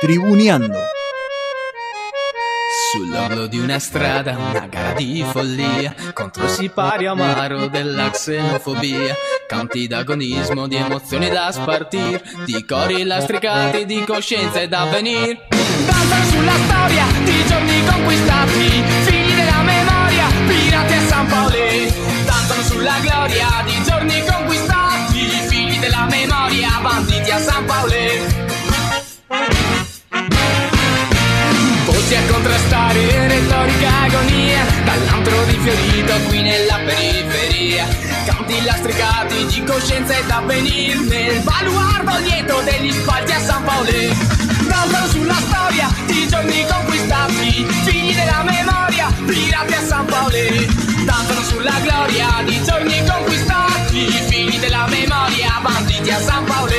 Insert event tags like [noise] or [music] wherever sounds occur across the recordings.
tribuneando. Sull'orlo di una strada, una gara di follia contro il sipario amaro della xenofobia. Canti d'agonismo, di emozioni da spartir, di cori lastricati, di coscienza e d'avvenir. Danza sulla storia di giorni conquistati, figli della memoria, pirati a San Paoli. Danzano sulla gloria di giorni conquistati, figli della memoria, banditi a San Paoli. Voti a contrastare retorica agonia Dall'antro rifiorito qui nella periferia Canti lastricati di coscienza ed avvenir Nel baluardo lieto degli spalti a San Paolo Danzano sulla storia di giorni conquistati Figli della memoria, pirati a San Paolo Danzano sulla gloria di giorni conquistati Figli della memoria, banditi a San Paolo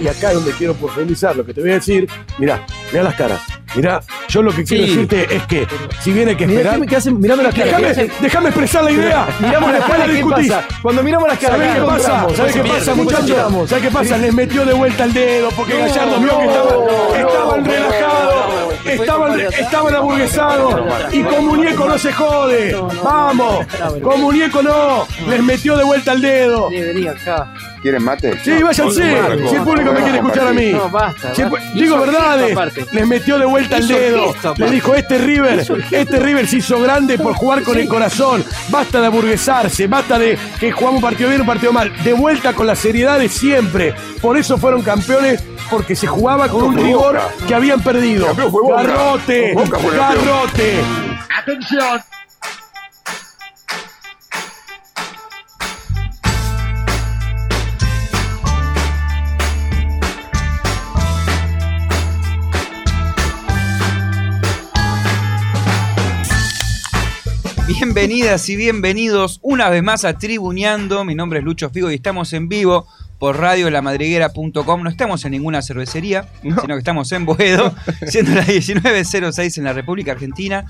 Y acá es donde quiero profundizar lo que te voy a decir. Mirá, mirá las caras. Mirá, yo lo que quiero Sí. decirte es que si viene que esperar. Mirame, que hacen, mirame las caras. Déjame, que hacen- déjame expresar la idea. Miramos las Después la caras, ¿qué discutís. pasa? Cuando miramos las caras, ¿Sabés qué pasa? ¿Sabés qué pasa, muchachos? ¿Sabés qué pasa? Les metió de vuelta el dedo porque Gallardo vio que estaban, estaban relajados, estaban, estaban aburguesados y con muñeco no se jode. Vamos, con muñeco no. Les metió de vuelta el dedo. Vení acá. ¿Quieren mate? Sí, váyanse. Si el público me quiere escuchar a mí. No, basta. Si el pu- basta. digo Hizo verdades, gesto aparte. les metió de vuelta el Hizo dedo. gesto aparte. Le dijo, este River, este River se hizo grande por jugar con el corazón. Basta de aburguesarse, basta de que jugamos un partido bien, un partido mal. De vuelta con la seriedad de siempre. Por eso fueron campeones, porque se jugaba con un fue rigor Boca. que habían perdido. Campeón fue Boca. Garrote, Boca fue campeón. garrote. Bienvenidas y bienvenidos una vez más a Tribuneando. Mi nombre es Lucho Figo y estamos en vivo por radiolamadriguera.com. No estamos en ninguna cervecería, sino que estamos en Boedo, [laughs] siendo las 19.06 en la República Argentina.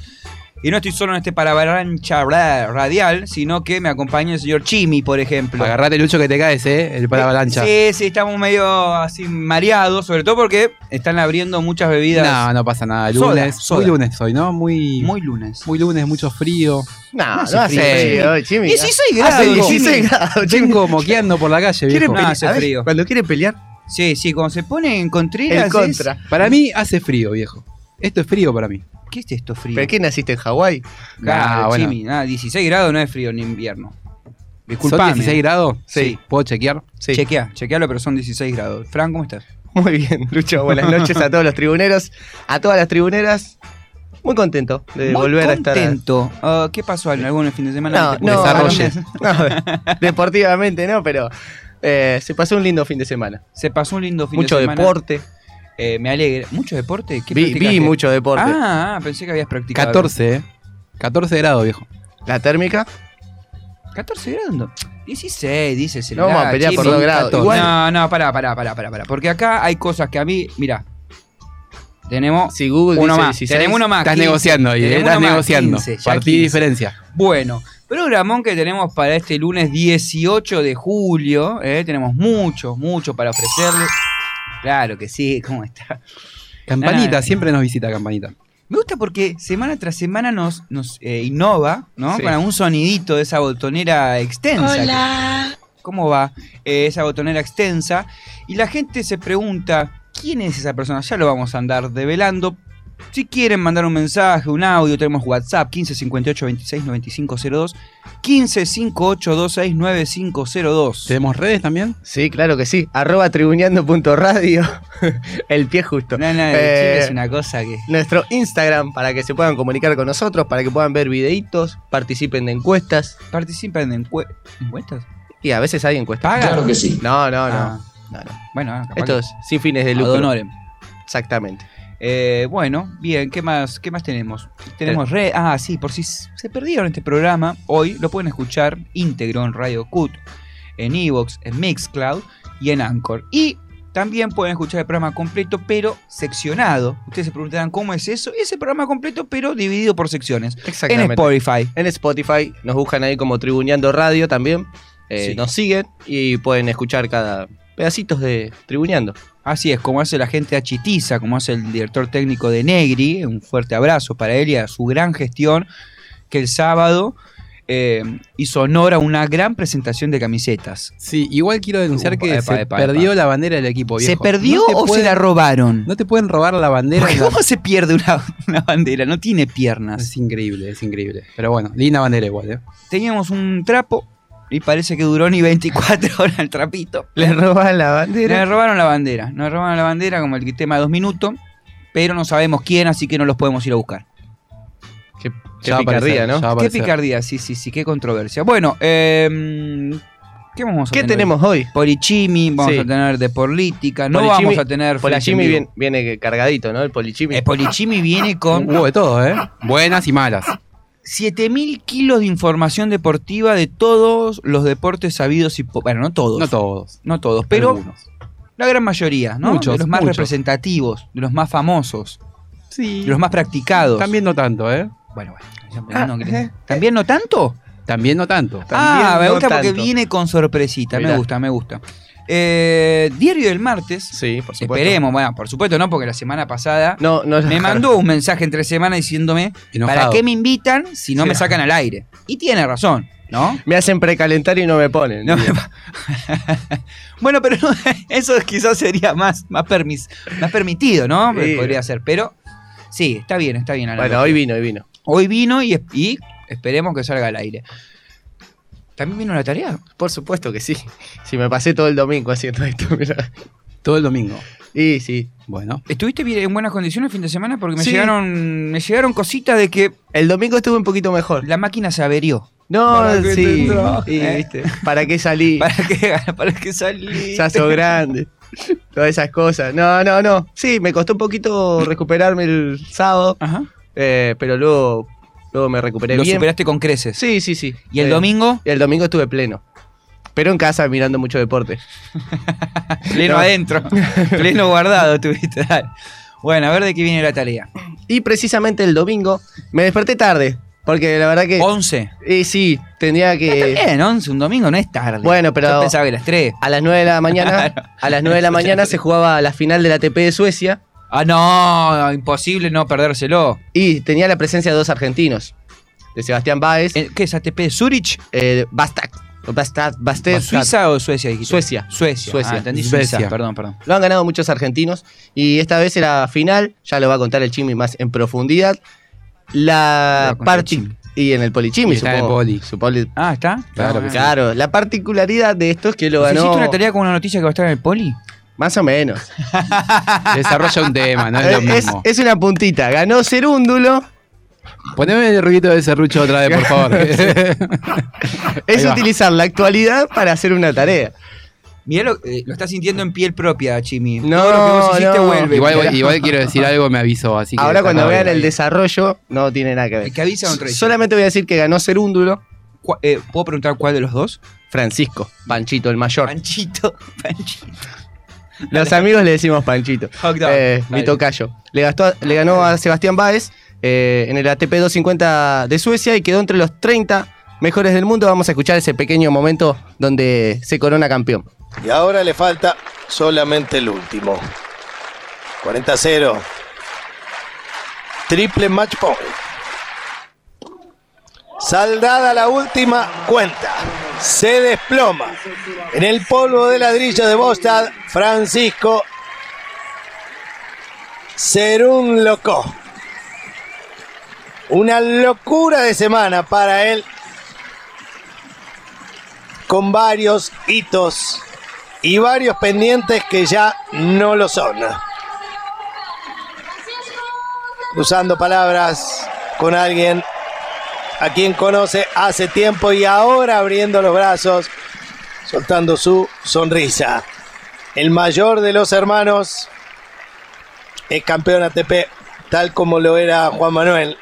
Y no estoy solo en este parabarancha radial, sino que me acompaña el señor Chimi, por ejemplo. Agarrate, Lucho, que te caes, ¿eh? El para avalancha. Sí, sí, estamos medio así mareados, sobre todo porque están abriendo muchas bebidas. No, no pasa nada. Soda, Lunes. soda. Muy lunes hoy, ¿no? Muy, muy, Muy lunes. lunes, mucho frío. No, Ah, no hace hace frío, frío, Chimi. 16 Hace grados. 16 grados, Chimi. Tengo moqueando por la calle, Quiere viejo. pe- pelear, hace ¿sabes? frío. Cuando quiere pelear, Sí, sí, cuando se pone en en Contreras. es- contra. Para mí hace frío, viejo. Esto es frío para mí. ¿Qué es esto frío? ¿Pero qué naciste en Hawái? Claro, Ah, bueno. Chimi, nada, 16 grados no es frío ni invierno. Disculpame. ¿Son 16 grados? Sí. ¿Puedo chequear? Sí. Chequea, chequealo, pero son 16 grados. Fran, ¿cómo estás? Muy bien, Lucho. Buenas noches a todos los tribuneros, a todas las tribuneras. Muy contento de Muy volver a estar. contento. Ah, ¿Qué pasó en algún fin de semana? No, ¿Te no, desarrolle? no, deportivamente no, pero eh, se pasó un lindo fin de semana. Se pasó un lindo fin mucho de semana. deporte. Eh, me alegra. ¿Mucho deporte? ¿Qué Vi, practicaste? vi mucho deporte. Ah, ah, pensé que habías practicado. 14, ¿eh? 14 grados, viejo. La térmica. 14 grados. no. 16, dice el No vamos a pelear por Jimmy. dos grados. 14. Igual- No, no, pará, pará, pará, pará, pará. Porque acá hay cosas que a mí, mirá. Tenemos Si Google uno dice más. 16, Tenemos uno más. Estás 15. negociando ahí, ¿eh? Tenemos Estás uno más, negociando. 15, ya Partí 15. diferencia. Bueno, programón que tenemos para este lunes 18 de julio. ¿eh? Tenemos mucho, mucho para ofrecerles. Claro que sí, ¿cómo está? Campanita, Ah. siempre nos visita Campanita. Me gusta porque semana tras semana nos, nos eh, innova, ¿no? Sí. Con algún sonidito de esa botonera extensa. ¿Cómo va eh, esa botonera extensa? Y la gente se pregunta, ¿quién es esa persona? Ya lo vamos a andar develando. Si quieren mandar un mensaje, un audio, tenemos WhatsApp 1558 26 9502 1558 26 9502. ¿Tenemos redes también? Sí, claro que sí. Arroba tribuneando.radio. [laughs] El pie justo. No, no, Eh, el chiste es una cosa que. nuestro Instagram para que se puedan comunicar con nosotros, para que puedan ver videitos, participen de encuestas. Participan en encue- encuestas. Y a veces hay encuestas. ¿Pagan? Claro que sí. No, no, no. Ah, no, no. bueno, capaz Esto que es sin fines de ad lucro. honorem. Exactamente. Eh, bueno, bien, ¿qué más, qué más tenemos? Tenemos re. Ah, sí, por si s- se perdieron este programa, hoy lo pueden escuchar íntegro en Radio Cut, en Evox, en Mixcloud y en Anchor. Y también pueden escuchar el programa completo, pero seccionado. Ustedes se preguntarán cómo es eso. Ese programa completo, pero dividido por secciones. En Exactamente. Spotify. En Spotify nos buscan ahí como Tribuneando Radio también. Eh, Sí. Nos siguen y pueden escuchar cada pedacitos de tribuneando. Así es, como hace la gente a Chitiza, como hace el director técnico de Negri, un fuerte abrazo para él y a su gran gestión, que el sábado eh, hizo honor a una gran presentación de camisetas. Sí, igual quiero denunciar Upa, que epa, se epa, perdió epa. la bandera del equipo viejo. ¿Se perdió No te o pueden- se [laughs] la robaron? No te pueden robar la bandera. Porque en la- ¿Cómo se pierde una, una bandera? No tiene piernas. Es increíble, es increíble. Pero bueno, linda bandera igual, ¿eh? Teníamos un trapo y parece que duró ni 24 [laughs] horas el trapito. Le roban la Nos bandera. robaron la bandera, nos robaron la bandera como el tema de dos minutos, pero no sabemos quién, así que no los podemos ir a buscar. Qué, qué Ya va a aparecer, picardía, ¿no? ya va a Qué aparecer. picardía, sí, sí, sí, qué controversia. Bueno, eh, ¿qué vamos a ¿Qué tener tenemos hoy? hoy? Polichimi, vamos Sí. a tener de política, no Polichimi- vamos a tener... flash en Polichimi vivo. viene, viene cargadito, ¿no? El Polichimi. Eh, Polichimi viene con Hubo de todo, ¿eh? Buenas y malas. 7000 kilos de información deportiva de todos los deportes sabidos y... po- Bueno, no todos. No todos. no todos, pero algunos. la gran mayoría, ¿no? Muchos, de los más muchos. representativos, de los más famosos, Sí. de los más practicados. También no tanto, ¿eh? Bueno, bueno. ya no creo. ¿También no tanto? También no tanto. ah, me no gusta porque tanto. viene con sorpresita. Me Mirá. gusta, me gusta. Eh, diario del martes. Sí, por supuesto. Esperemos, bueno, por supuesto no, porque la semana pasada No, no me mandó un mensaje entre semana diciéndome Enojado. ¿para qué me invitan si no Sí. me sacan al aire? Y tiene razón, ¿no? Me hacen precalentar y no me ponen. No me pa- bueno, pero [laughs] no- eso quizás sería más, más, permis, más permitido, ¿no? Sí. Podría ser, pero sí, está bien, está bien. Alan. bueno, hoy vino, hoy vino. Hoy vino y, y esperemos que salga al aire. ¿También vino la tarea? Por supuesto que sí. Si me pasé todo [laughs] el domingo haciendo esto, [laughs] mirá. Todo el domingo. Y sí. Bueno. ¿Estuviste bien, en buenas condiciones el fin de semana? Porque me Sí. llegaron me llegaron cositas de que El domingo estuve un poquito mejor. la máquina se averió. No, ¿Para qué sí. te traje? Y, ¿viste? ¿Para qué salí? [laughs] ¿Para qué, para qué salí? Ya [laughs] sos grande. Todas esas cosas. No, no, no. Sí, me costó un poquito recuperarme el sábado, Ajá. eh, pero luego, luego me recuperé Lo bien. superaste con creces. Sí, sí, sí. ¿Y el Eh, domingo? El domingo estuve pleno. Pero en casa mirando mucho deporte. Pleno No. [laughs] adentro. pleno guardado tuviste. Dale. Bueno, a ver de qué viene la tarea. Y precisamente el domingo me desperté tarde. Porque la verdad que. 11. Y sí, tendría Está que. bien, 11, un domingo no es tarde. Bueno, pero- Yo pensaba que las 3. A las 9 de la [laughs] mañana. A las 9 de la mañana se jugaba la final del ATP de Suecia. Ah, no, imposible no perdérselo. Y tenía la presencia de dos argentinos. De Sebastián Báez. Eh, ¿Qué es ATP? ¿Zurich? Eh, Bastak. Bastak. Bastet. ¿Suiza o Suecia? dijiste? Suecia. Suecia. Suecia. Ah, entendí Suecia. Suiza. Perdón, perdón. Lo han ganado muchos argentinos. Y esta vez era final. Ya lo va a contar el Chimi más en profundidad. Lo va La a contar el parte. Chimi. Y en el Polichimi, Y está en supongo. Poli. Su poli- Ah, ¿está? Claro que sí. Claro, la particularidad de esto es que lo ¿Nos ganó. ¿Hiciste una tarea con una noticia que va a estar en el poli? Más o menos. Desarrolla un tema, Ah, no es lo Eh, [laughs] es, mismo. es una puntita. Ganó Cerúndulo. Poneme el ruido de serrucho otra vez, por favor. [laughs] Es Ahí va. utilizar la actualidad para hacer una tarea. Mirá, lo, eh, lo estás sintiendo en piel propia, Chimi. No, Todo lo que vos hiciste no. vuelve. igual, igual quiero [laughs] decir algo, me avisó. Así que Ahora, está cuando todo vean bien. el desarrollo, no tiene nada que ver. El que avisa a un rey. Solamente voy a decir que ganó Cerúndulo. Cu- eh, ¿Puedo preguntar cuál de los dos? Francisco, Panchito, el mayor. Panchito. [laughs] Panchito. Los amigos le decimos Panchito. Hot dog. Eh, mi Dale. tocayo. Le, gastó a- le ganó a Sebastián Báez eh, en el ATP 250 de Suecia y quedó entre los 30 mejores del mundo. Vamos a escuchar ese pequeño momento donde se corona campeón. Y ahora le falta solamente el último. 40-0. Triple match point. Saldada la última cuenta. Se desploma. En el polvo de ladrillo de Bostad, Francisco Serún Loco. Una locura de semana para él. Con varios hitos y varios pendientes que ya no lo son. Usando palabras con alguien a quien conoce hace tiempo y ahora abriendo los brazos, soltando su sonrisa. El mayor de los hermanos es campeón ATP, tal como lo era Juan Manuel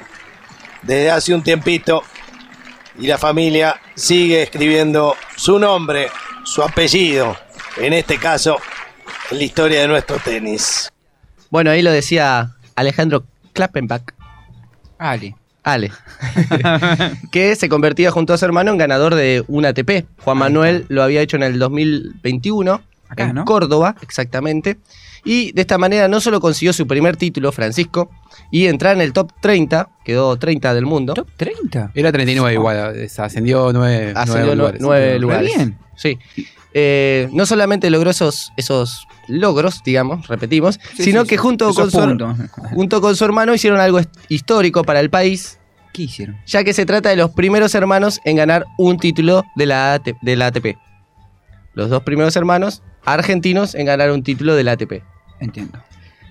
desde hace un tiempito y la familia sigue escribiendo su nombre, su apellido, en este caso, en la historia de nuestro tenis. Bueno, ahí lo decía Alejandro Klappenbach, Ale. [laughs] Ale, que se convertía junto a su hermano en ganador de un ATP. Juan Manuel lo había hecho en el 2021 Acá, en ¿no? Córdoba, exactamente. Y de esta manera no solo consiguió su primer título, Francisco, y entrar en el top 30, quedó 30 del mundo. ¿Top 30? Era 39 igual, es- ascendió 9, eh, Ascendió nue- nueve, lugares. bien. Sí. Eh, no solamente logró esos, esos logros, digamos, repetimos, Sí, sino sí, que sí. junto con, Esos su, puntos. junto con su hermano hicieron algo hist- histórico para el país, ¿Qué hicieron? ya que se trata de los primeros hermanos en ganar un título de la, AT de la ATP. Los dos primeros hermanos argentinos en ganar un título de la ATP. Entiendo.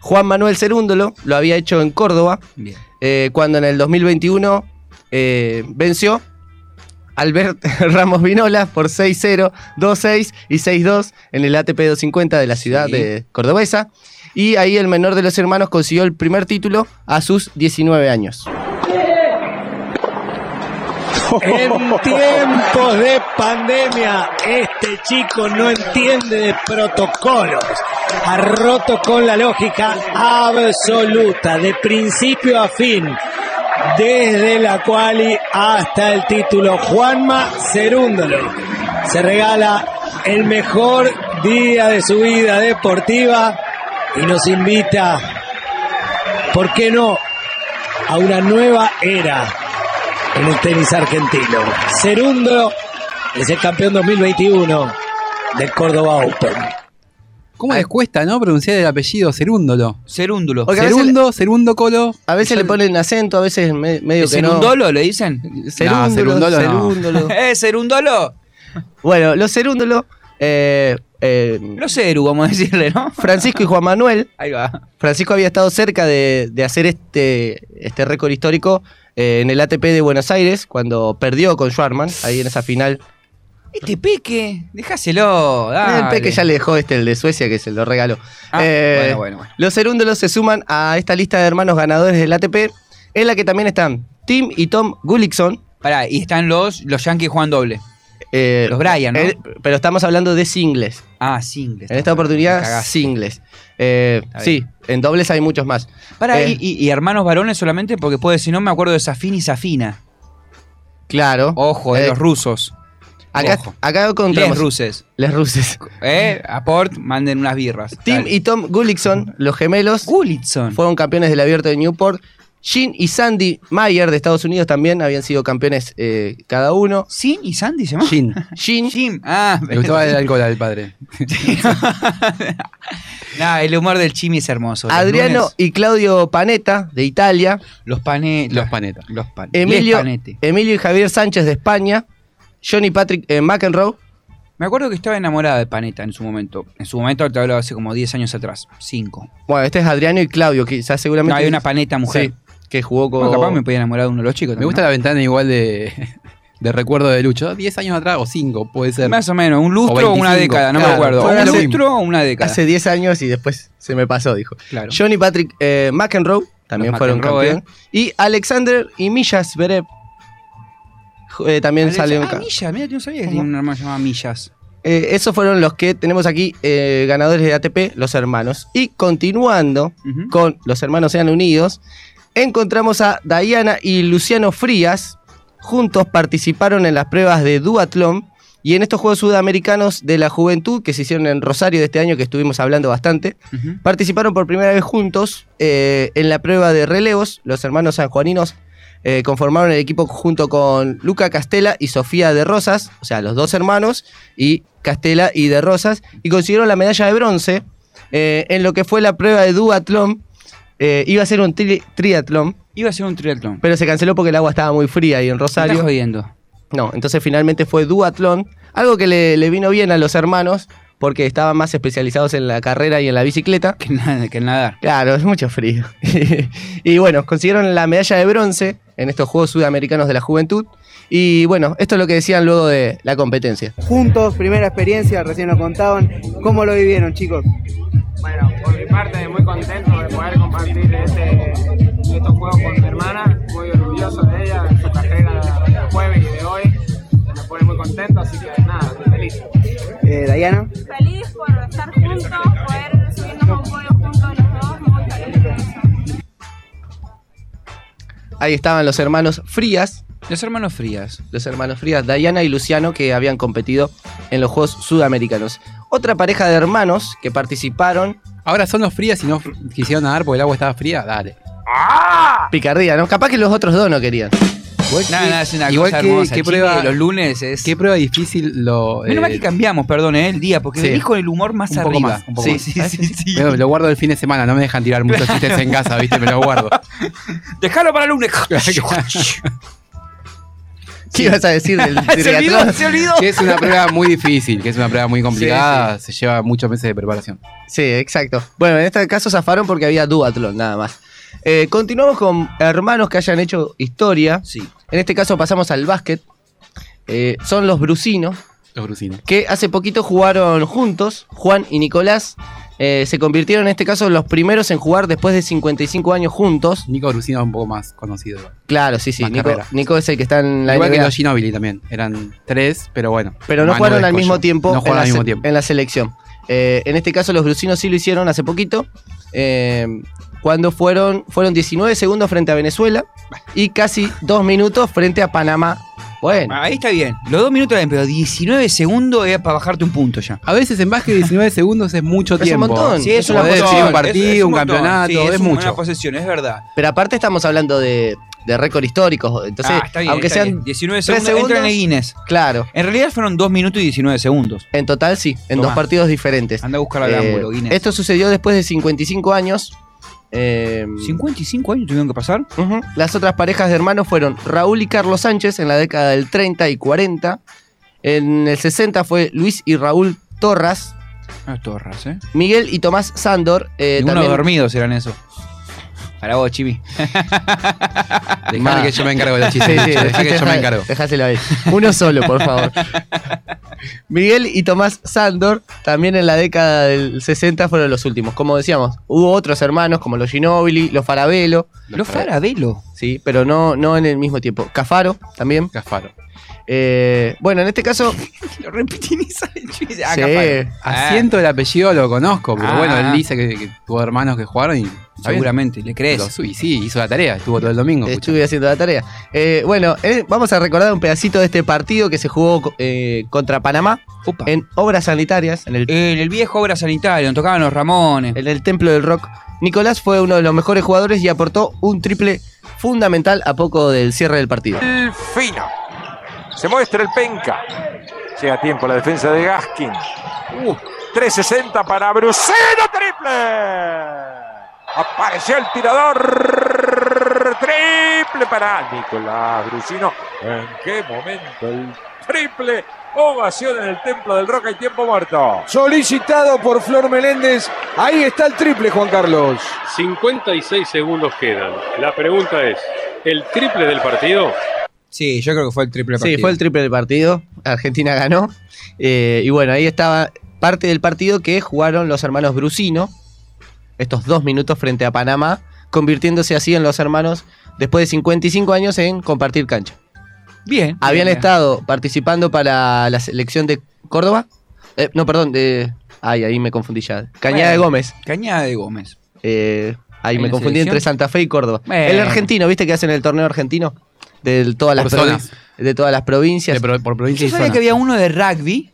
Juan Manuel Cerúndolo lo había hecho en Córdoba, Bien. eh, cuando en el 2021 eh, venció Albert [laughs] Ramos Vinola por 6-0, 2-6 y 6-2 en el ATP 250 de la ciudad Sí. de Cordobesa. Y ahí el menor de los hermanos consiguió el primer título a sus 19 años. En tiempos de pandemia, este chico no entiende de protocolos. Ha roto con la lógica absoluta, de principio a fin, desde la quali hasta el título. Juanma Cerúndolo se regala el mejor día de su vida deportiva y nos invita, ¿por qué no?, a una nueva era en el tenis argentino. Cerundo es el campeón 2021 del Córdoba Open. ¿Cómo les cuesta, no? Pronunciar el apellido Cerúndolo. Cerúndulo. Porque a veces Cerundo, Cerundo Colo. A veces le ponen acento, a veces me- medio que no. ¿Cerundolo le dicen? Cerúndolo, No, Cerúndolo no. Cerúndolo. [laughs] ¡Eh, Cerúndolo! bueno, los Cerúndolo, eh, eh, Los Ceru, vamos a decirle, ¿no? Francisco y Juan Manuel Ahí va. Francisco había estado cerca de, de hacer este, este récord histórico eh, en el ATP de Buenos Aires cuando perdió con Schwarman, ahí en esa final. Este peque, dejáselo. Dale. Eh, El Peque ya le dejó este, el de Suecia, que se lo regaló. Ah, Eh, bueno, bueno, bueno. Los Cerúndulos se suman a esta lista de hermanos ganadores del ATP, en la que también están Tim y Tom Gullickson. Pará, y están los, los Yankees Juan doble. eh, Los Bryan, ¿no? eh, pero estamos hablando de singles. Ah, singles. En esta Me oportunidad, cagaste. singles. Eh, Está sí, bien. en dobles hay muchos más. Pará, Eh. y, y- y hermanos varones solamente porque puede si no me acuerdo de Safin y Safina. Claro. Ojo, de Eh, los rusos. acá, ojo. acá Los encontramos. ruses. Les ruses. Eh, aport, manden unas birras. Tim Dale. y Tom Gullickson, los gemelos, Gulitson. fueron campeones del abierto de Newport. Jim y Sandy Mayer de Estados Unidos también habían sido campeones eh, cada uno. ¿Sin y Sandy se llama? Shin. Jim, Jim. [laughs] Ah, Le gustaba el alcohol al [laughs] padre. nah, el humor del Jimmy es hermoso. Los Adriano lunes, y Claudio Panetta de Italia. Los panetas. Los panetas. Los pan- Emilio, Les panete. Emilio y Javier Sánchez de España. Johnny Patrick eh, McEnroe. Me acuerdo que estaba enamorada de Paneta en su momento. En su momento te hablaba hace como 10 años atrás. 5. Bueno, este es Adriano y Claudio, quizás seguramente. No, hay una Paneta mujer. Sí, que jugó con. Bueno, capaz me podía enamorar de uno de los Me chicos. también, gusta ¿no? la ventana igual de, [laughs] de recuerdo de Lucho. 10 años atrás o 5 puede ser. Más o menos, un lustro o, una 25, década, no me claro. acuerdo. Fue Un hace- lustro o una década. Hace 10 años y después se me pasó, dijo. Claro. Johnny Patrick eh, McEnroe, también Los fueron McEnroe, eh. campeón. Y Alexander y Milla Zverev. jo- eh, también Alexa- salió ah, un ca- Millas, mira, yo no sabía que Ujú. tenía un hermano llamado Millas. Eh, esos fueron los que tenemos aquí eh, ganadores de ATP, los hermanos. Y continuando Ujú. con los hermanos sean unidos, encontramos a Diana y Luciano Frías. Juntos participaron en las pruebas de duatlón y en estos Juegos Sudamericanos de la Juventud que se hicieron en Rosario de este año, que estuvimos hablando bastante. Ujú. Participaron por primera vez juntos eh, en la prueba de relevos. Los hermanos sanjuaninos eh, conformaron el equipo junto con Luca Castela y Sofía de Rosas, o sea, los dos hermanos, y Castela y de Rosas, y consiguieron la medalla de bronce eh, en lo que fue la prueba de duatlón. Eh, iba a ser un tri- triatlón, Iba a ser un triatlón. pero se canceló porque el agua estaba muy fría ahí en Me está Rosario. jodiendo. No, entonces finalmente fue duatlón, algo que le, le vino bien a los hermanos porque estaban más especializados en la carrera y en la bicicleta. Que nada, que nadar. Claro, es mucho frío. [laughs] y bueno, consiguieron la medalla de bronce en estos Juegos Sudamericanos de la Juventud. Y bueno, esto es lo que decían luego de la competencia. juntos, primera experiencia, recién lo contaban. ¿Cómo lo vivieron, chicos? Bueno, por mi parte, muy contento de poder compartir este, estos juegos con mi hermana. Muy orgulloso de ella, de su carrera del jueves y de hoy. Me pone muy contento, así que nada, feliz. Eh, Dayana, feliz por estar juntos, poder subirnos a un podio juntos los dos, muy feliz por eso. Ahí estaban los hermanos Frías, Los hermanos Frías. los hermanos Frías, Diana y Luciano, que habían competido en los Juegos Sudamericanos. otra pareja de hermanos que participaron. Ahora son los frías y no f- quisieron nadar porque el agua estaba fría. Dale. Picardía, ¿no? Capaz que los otros dos no querían. ¡Ah! Pues Nada, nada, es una Igual cosa que- hermosa. que Chile, prueba- los lunes es. Qué prueba difícil lo. Menos mal eh, que cambiamos, perdón, eh, el día, porque sí. venís con el humor más Un poco arriba. más, un poco sí, más. sí, sí, sí. Pero lo guardo el fin de semana, no me dejan tirar muchos chistes en casa, ¿viste? Me lo guardo. [laughs] Dejalo para el lunes. [laughs] ¿Qué ibas a decir [laughs] del se olvidó, triatlón? se olvidó. que es una prueba muy difícil, que es una prueba muy complicada, se lleva muchos meses de preparación. Sí, exacto. Bueno, en este caso zafaron porque había duatlón, nada más. Eh, continuamos con hermanos que hayan hecho historia. Sí. En este caso pasamos al básquet. Eh, son los brucinos, Los brucinos. que hace poquito jugaron juntos, Juan y Nicolás. Eh, se convirtieron en este caso los primeros en jugar después de 55 años juntos. Nico Brusino es un poco más conocido. igual. Claro, sí, sí. Más Nico, carrera. Nico es el que está en la Igual que NBA. los Ginobili también. Eran tres, pero bueno. Pero no Manu jugaron al Descolló. mismo tiempo, No en, jugaron al la mismo se- tiempo. en la selección. Eh, en este caso, los brucinos sí lo hicieron hace poquito. eh, cuando fueron, fueron 19 segundos frente a Venezuela y casi dos minutos frente a Panamá. Bueno, Ahí está bien. Los dos minutos bien, pero 19 segundos es para bajarte un punto ya. A veces en básquet 19 segundos es mucho Es un tiempo. montón. Sí, es una una posesión. posesión, un partido, un, campeonato, es, Una mucho. posesión, es verdad. pero aparte estamos hablando de, de récord históricos. Entonces, ah, está bien, aunque está sean. bien. 19 tres segundos, entran en segundos. Guinness. Claro, En realidad fueron 2 minutos y 19 segundos. en total sí, en Tomá. dos partidos diferentes. Anda a buscar al Eh, ángulo, Guinness. esto sucedió después de 55 años. eh, 55 años tuvieron que pasar. Ujú. Las otras parejas de hermanos fueron Raúl y Carlos Sánchez en la década del 30 y 40. En el 60 fue Luis y Raúl Torras. No es torras, ¿eh? Miguel y Tomás Sándor. eh, Ninguno también, dormidos eran esos. Para vos, Chimi. Dejá que yo me encargo de los chistes. Sí, sí, Dejá que yo me dejá- encargo. dejáselo a él. Uno solo, por [laughs] favor. Miguel y Tomás Sándor también en la década del 60 fueron los últimos. Como decíamos, hubo otros hermanos como los Ginobili, los Farabelo, Los Farabelo. sí, pero no, no en el mismo tiempo. Cafaro también. Cafaro. Eh, bueno, en este caso, Lo repetiniza. Ah, sí, Cafaro. Ah, Asiento del apellido lo conozco, pero Ah. bueno, él dice que, que tuvo hermanos que jugaron y. ¿está bien? Seguramente, le crees. Lo su- y sí, hizo la tarea, estuvo todo el domingo. escucha. Estuve haciendo la tarea. Eh, bueno, eh, vamos a recordar un pedacito de este partido que se jugó co- eh, contra Panamá Opa. En, en obras sanitarias, en el, el viejo obra sanitario, donde tocaban los Ramones. en el Templo del Rock. Nicolás fue uno de los mejores jugadores y aportó un triple fundamental a poco del cierre del partido. El fino. Se muestra el penca. Llega a tiempo la defensa de Gaskin. Uh, 360 para Bruceno. Triple. Apareció el tirador. Triple para Nicolás Brucino. ¿En qué momento el triple? Ovación en el templo del rock. Hay tiempo muerto. Solicitado por Flor Meléndez. Ahí está el triple, Juan Carlos. 56 segundos quedan. La pregunta es, ¿el triple del partido? Sí, yo creo que fue el triple partido. Sí, fue el triple del partido. Argentina ganó. Eh, y bueno, ahí estaba parte del partido que jugaron los hermanos Brusino. Estos dos minutos frente a Panamá. Convirtiéndose así en los hermanos después de 55 años en compartir cancha. Bien. Habían bien, estado participando para la selección de Córdoba. Eh, no, perdón, de. Ay, ahí me confundí ya. Cañada de Bueno. Gómez. bien. Cañada de Gómez. Eh, ahí ¿En me la confundí selección? entre Santa Fe y Córdoba. Bueno. El argentino, ¿viste que hacen el torneo argentino? De todas las, Por provin- zonas. de todas las provincias. De pro- por provincia Yo y sabía zona. que había uno [laughs] de rugby,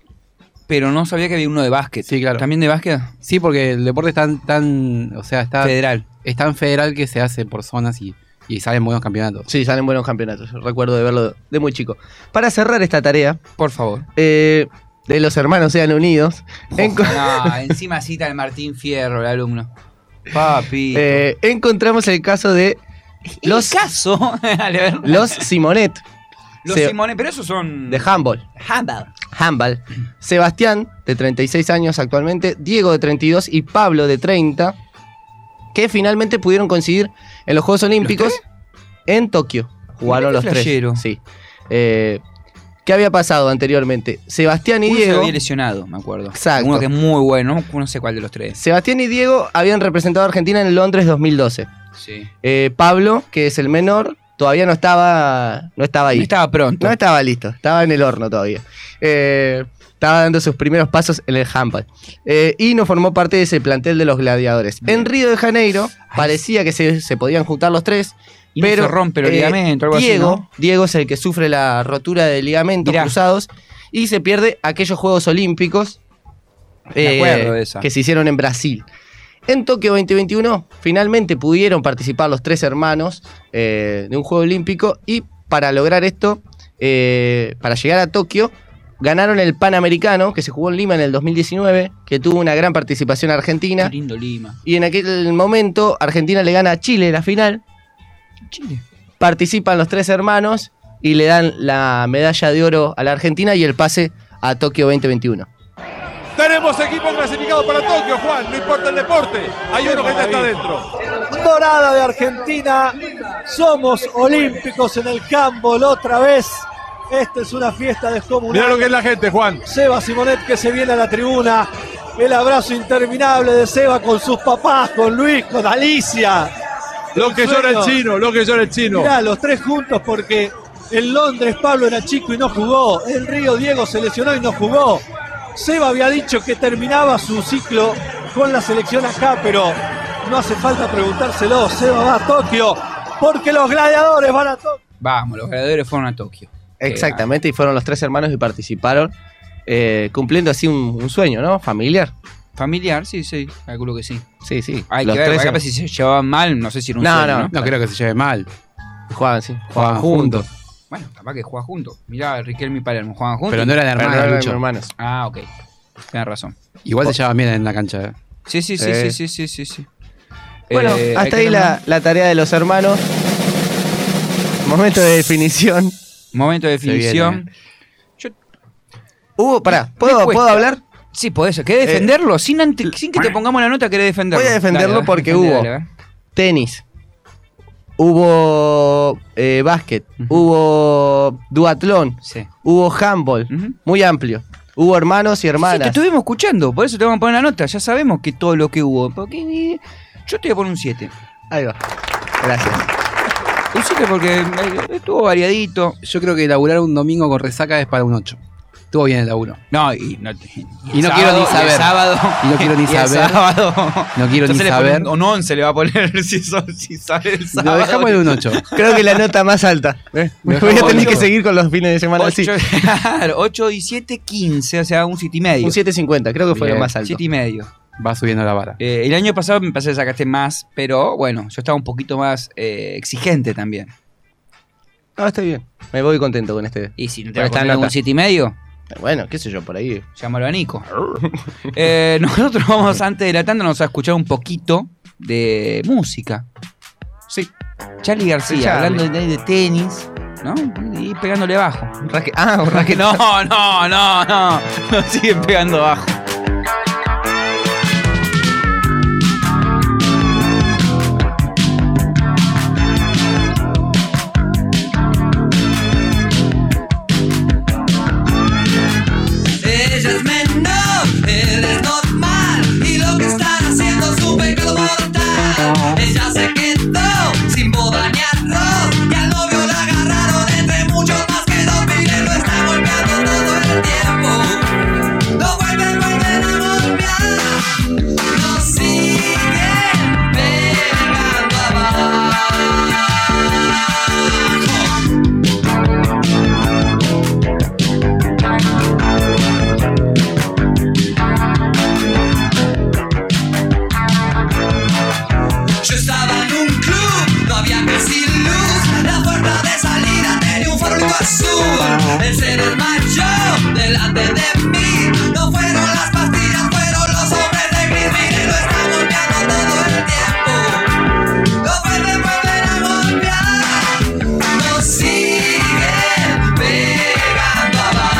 pero no sabía que había uno de básquet. Sí, claro. ¿También de básquet? Sí, porque el deporte es tan, tan o sea, está, Federal. es tan federal que se hace por zonas y, y salen buenos campeonatos. Sí, salen buenos campeonatos. Yo Recuerdo de verlo de muy chico. Para cerrar esta tarea, Por favor. eh, de los hermanos sean unidos, enco- [laughs] No, encima cita al Martín Fierro, el alumno. Papi. eh, encontramos el caso de los, El caso, [laughs] dale, a ver. los Simonet Los se- Simones, pero esos son... de handball. Handball. Handball. Sebastián, de 36 años actualmente, Diego, de 32 y Pablo, de 30, que finalmente pudieron coincidir en los Juegos Olímpicos en Tokio. Jugaron Mirá los qué tres. flashero. Sí. Eh, ¿Qué había pasado anteriormente? Sebastián y Uno se Diego. había lesionado, me acuerdo. Exacto. Uno que es muy bueno, no sé cuál de los tres. Sebastián y Diego habían representado a Argentina en Londres 2012. Sí. Eh, Pablo, que es el menor, todavía no estaba, no estaba ahí. No estaba pronto. No estaba listo, estaba en el horno todavía. Eh, estaba dando sus primeros pasos en el handball. Eh, y no formó parte de ese plantel de los gladiadores. En Río de Janeiro parecía que se, se podían juntar los tres, Y no pero se rompe el eh, ligamento, algo así, Diego, ¿no? Diego es el que sufre la rotura de ligamentos Mirá. cruzados y se pierde aquellos Juegos Olímpicos Me acuerdo de esa. Eh, que se hicieron en Brasil. En Tokio 2021 finalmente pudieron participar los tres hermanos eh, de un Juego Olímpico y para lograr esto, eh, para llegar a Tokio, ganaron el Panamericano que se jugó en Lima en el 2019, que tuvo una gran participación argentina. Lindo Lima. Y en aquel momento Argentina le gana a Chile la final. Chile. Participan los tres hermanos y le dan la medalla de oro a la Argentina y el pase a Tokio 2021. Tenemos equipo clasificado para Tokio, Juan, no importa el deporte, hay uno que ya está dentro. Dorada de Argentina. Somos olímpicos en el campo la otra vez. Esta es una fiesta descomunal. Mirá lo que es la gente, Juan. Seba Simonet que se viene a la tribuna. El abrazo interminable de Seba con sus papás, con Luis, con Alicia. Lo que llora el Sueño. chino, lo que llora el chino. Mirá, los tres juntos porque en Londres Pablo era chico y no jugó. En Río Diego se lesionó y no jugó. Seba había dicho que terminaba su ciclo con la selección acá, pero no hace falta preguntárselo. Seba va a Tokio porque los gladiadores van a Tokio. Vamos, los gladiadores fueron a Tokio. Exactamente, y fueron los tres hermanos y participaron, eh, cumpliendo así un, un sueño, ¿no? Familiar. Familiar, sí, sí, calculo que sí. Sí, sí. Hay Los que ver, tres hermanos. porque capaz si se llevaban mal, no sé si era un No, sueño, no, no, no creo que se lleve mal. Ah, Jugaban, sí. Jugaban juntos. Bueno, capaz que juega juntos. Mirá, Riquelme y Palermo jugaban juntos. Pero no eran hermanos, Pero no eran Lucho. hermanos. Ah, ok. Tienes razón. Igual Oh. se llevan bien en la cancha. ¿eh? Sí, sí, sí, sí, sí, sí, sí. sí. Bueno, Eh, hay hasta que ahí la, nombrar- la tarea de los hermanos. Momento de definición. Momento de Se viene. definición. Hubo, pará, Me ¿puedo, cuesta. ¿puedo hablar? Eh, Sí, podés. ¿Querés defenderlo? sin, ante- sin que te pongamos la nota, querés defenderlo. Voy a defenderlo Dale, dale, porque defendé, hubo dale, a ver. tenis, hubo eh, básquet, hubo duatlón, hubo handball, muy amplio. Hubo hermanos y Sí, te hermanas. estuvimos escuchando, por eso te vamos a poner la nota. Ya sabemos que todo lo que hubo. Porque- Yo te voy a poner un 7. Ahí va. Gracias. Un 7 porque eh, estuvo variadito. Yo creo que laburar un domingo con resaca es para un 8. Estuvo bien el laburo. No, y no, Y no quiero ni saber. Y no [laughs] quiero ni saber. No quiero ni saber. Un 11 le va a poner [laughs] si, so- si sale el sábado. dejamos en un ocho. Creo que la nota más alta. ¿eh? Lo Voy a dejamos tener que ocho. seguir con los fines de semana así. Claro, 8 y 7, 15. O sea, un 7 y medio. Un 7.50, creo que fue lo Bien, más alto. 7 y medio. Va subiendo la vara. Eh, el año pasado me pasé que sacaste más, pero bueno, yo estaba un poquito más eh, exigente también. No, está bien. [laughs] Me voy contento con este. ¿Y si no te va a poner un nota? 7 y medio? Eh, Bueno, qué sé yo, por ahí. Llámalo a Nico. [laughs] Eh, nosotros vamos antes de la tanda, nos a escuchar un poquito de música. Sí. Charlie García, Sí, Charlie. hablando de, de tenis, ¿no? Y pegándole bajo. ah, [laughs] un raque- No, no, no, no. [laughs] Nos siguen pegando bajo. Ella es menor, él es normal Y lo que están haciendo es un pecado mortal Ella se quedó sin boda ni arroz Y al novio la agarraron entre muchos más que dos miles Lo está golpeando todo el tiempo Lo vuelven, vuelven a golpear Lo siguen pegando Yo estaba en un club, no había casi luz. La puerta de salida tenía un farolito azul. El ser el macho delante de mí. No fueron las pastillas, fueron los hombres de gris. Mire, lo está golpeando todo el tiempo. Lo pueden volver a golpear. Nos siguen pegando abajo.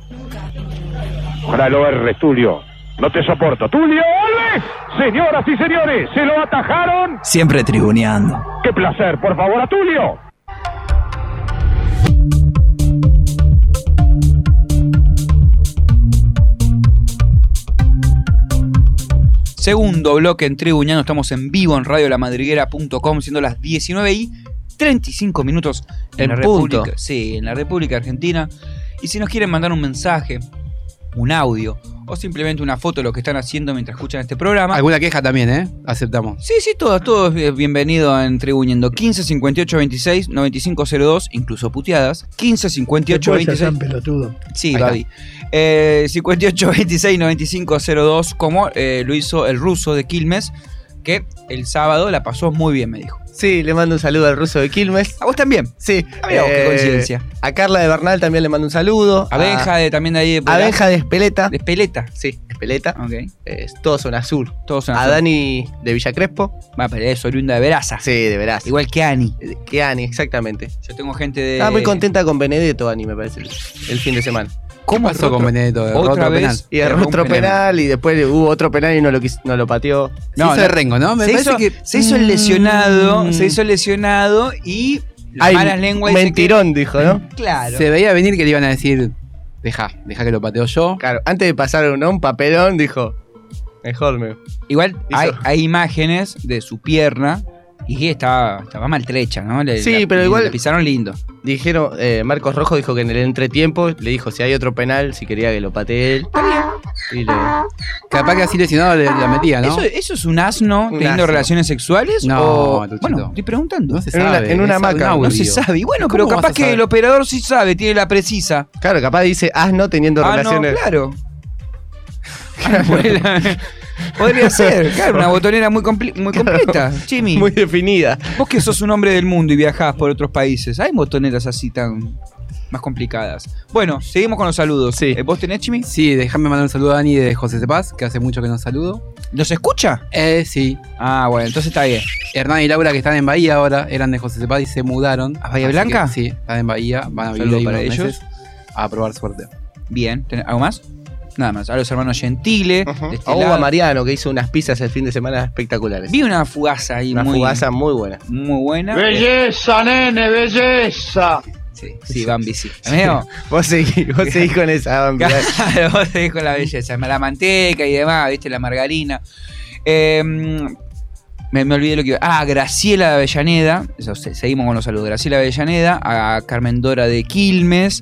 Ojalá lo erres, Tulio. No te soporto. ¡Tulio Alves! Señoras y señores, se lo atajaron. Siempre tribuneando. ¡Qué placer! Por favor, a Tulio. Segundo bloque en Tribuñano, estamos en vivo en radiolamadriguera.com, siendo las 19 y 35 minutos en, En la punto. República. Sí, en la República Argentina. Y si nos quieren mandar un mensaje, un audio o simplemente una foto de lo que están haciendo mientras escuchan este programa. Alguna queja también, ¿eh? Aceptamos. Sí, sí, todos, todos eh, bienvenido en Tribuñando. 15 58 26 9502, incluso puteadas. 15 58 Después ya 26. sean pelotudo. Sí, Ahí Babi. Eh, 58 26 95 02, como eh, lo hizo el ruso de Quilmes, que el sábado la pasó muy bien, me dijo. Sí, le mando un saludo al ruso de Quilmes. ¿A vos también? Sí. eh, Ah, mirá vos, qué coincidencia. A Carla de Bernal también le mando un saludo. A Benja de- también de ahí de A Polar. Benja Ah. de Espeleta. De Espeleta. Sí, Espeleta. Ok. todos son azul. Todos a Dani de Villa Crespo. Va, pero es oriunda de Veraza. Sí, de Veraza. Igual que Ani. Que Ani, exactamente. Yo tengo gente de. Estaba muy contenta con Benedetto, Ani, me parece, el, el fin de semana. ¿Cómo pasó con Benedetto? Erró otro penal. Y erró Erró un otro penal. penal y después hubo otro penal y no lo, quis- no lo pateó. No, Se hizo no. de rengo, ¿no? Me se, parece hizo, que- Mm. se hizo el lesionado, se hizo el lesionado y las Ay, malas lenguas dicen mentirón, dijo, ¿no? [laughs] Claro. Se veía venir que le iban a decir, deja, deja que lo pateo yo. Claro, antes de pasar ¿no? un papelón, dijo, mejor me. Igual hay, hay imágenes de su pierna y que estaba, estaba maltrecha, ¿no? Le- Sí, la- pero le- igual- le pisaron lindo. Dijeron, eh, Marcos Rojo dijo que en el entretiempo le dijo si hay otro penal, si quería que lo patee él. Y le- Capaz que así lesionado le, la metía, ¿no? ¿Eso, eso es un asno Un teniendo asno. relaciones sexuales? No, o- Luchito. Bueno, estoy preguntando. No se En una- sabe, en una es un hamaca. audio. No se sabe. Y bueno, ¿Cómo pero vas capaz a que saber? el operador sí sabe, tiene la precisa. Claro, capaz dice asno teniendo Ah, no, relaciones. claro. [laughs] Podría ser, claro, una botonera muy, comple- muy completa, Jimmy. Muy definida. Vos que sos un hombre del mundo y viajás por otros países, hay botoneras así tan más complicadas. Bueno, seguimos con los saludos. Eh, ¿Vos tenés, Chimi? Sí, déjame mandar un saludo a Dani de José Cepaz, que hace mucho que no saludo. ¿Los escucha? Eh, sí. Ah, bueno, entonces está bien. Hernán y Laura, que están en Bahía ahora, eran de José Cepaz y se mudaron. ¿A Bahía Blanca? sí, están en Bahía, van a vivir Saludo ahí para unos ellos. meses a probar suerte. Bien, ¿tenés ¿algo más? Nada más. A los hermanos Gentile. de este A Hugo lado. Mariano, que hizo unas pizzas el fin de semana espectaculares. Vi una fugaza ahí Una muy, fugaza muy buena. muy buena. Belleza, nene, belleza. Sí, sí, Bambi, sí. Amigo. [laughs] Vos seguís, vos seguís con esa, Bambi. dale. [laughs] Claro, vos te dejo la belleza. La manteca y demás, viste, la margarina. Eh, me, me olvidé lo que iba. Ah, Graciela de Avellaneda. Eso, se- seguimos con los saludos. Graciela de Avellaneda, a Carmen Dora de Quilmes,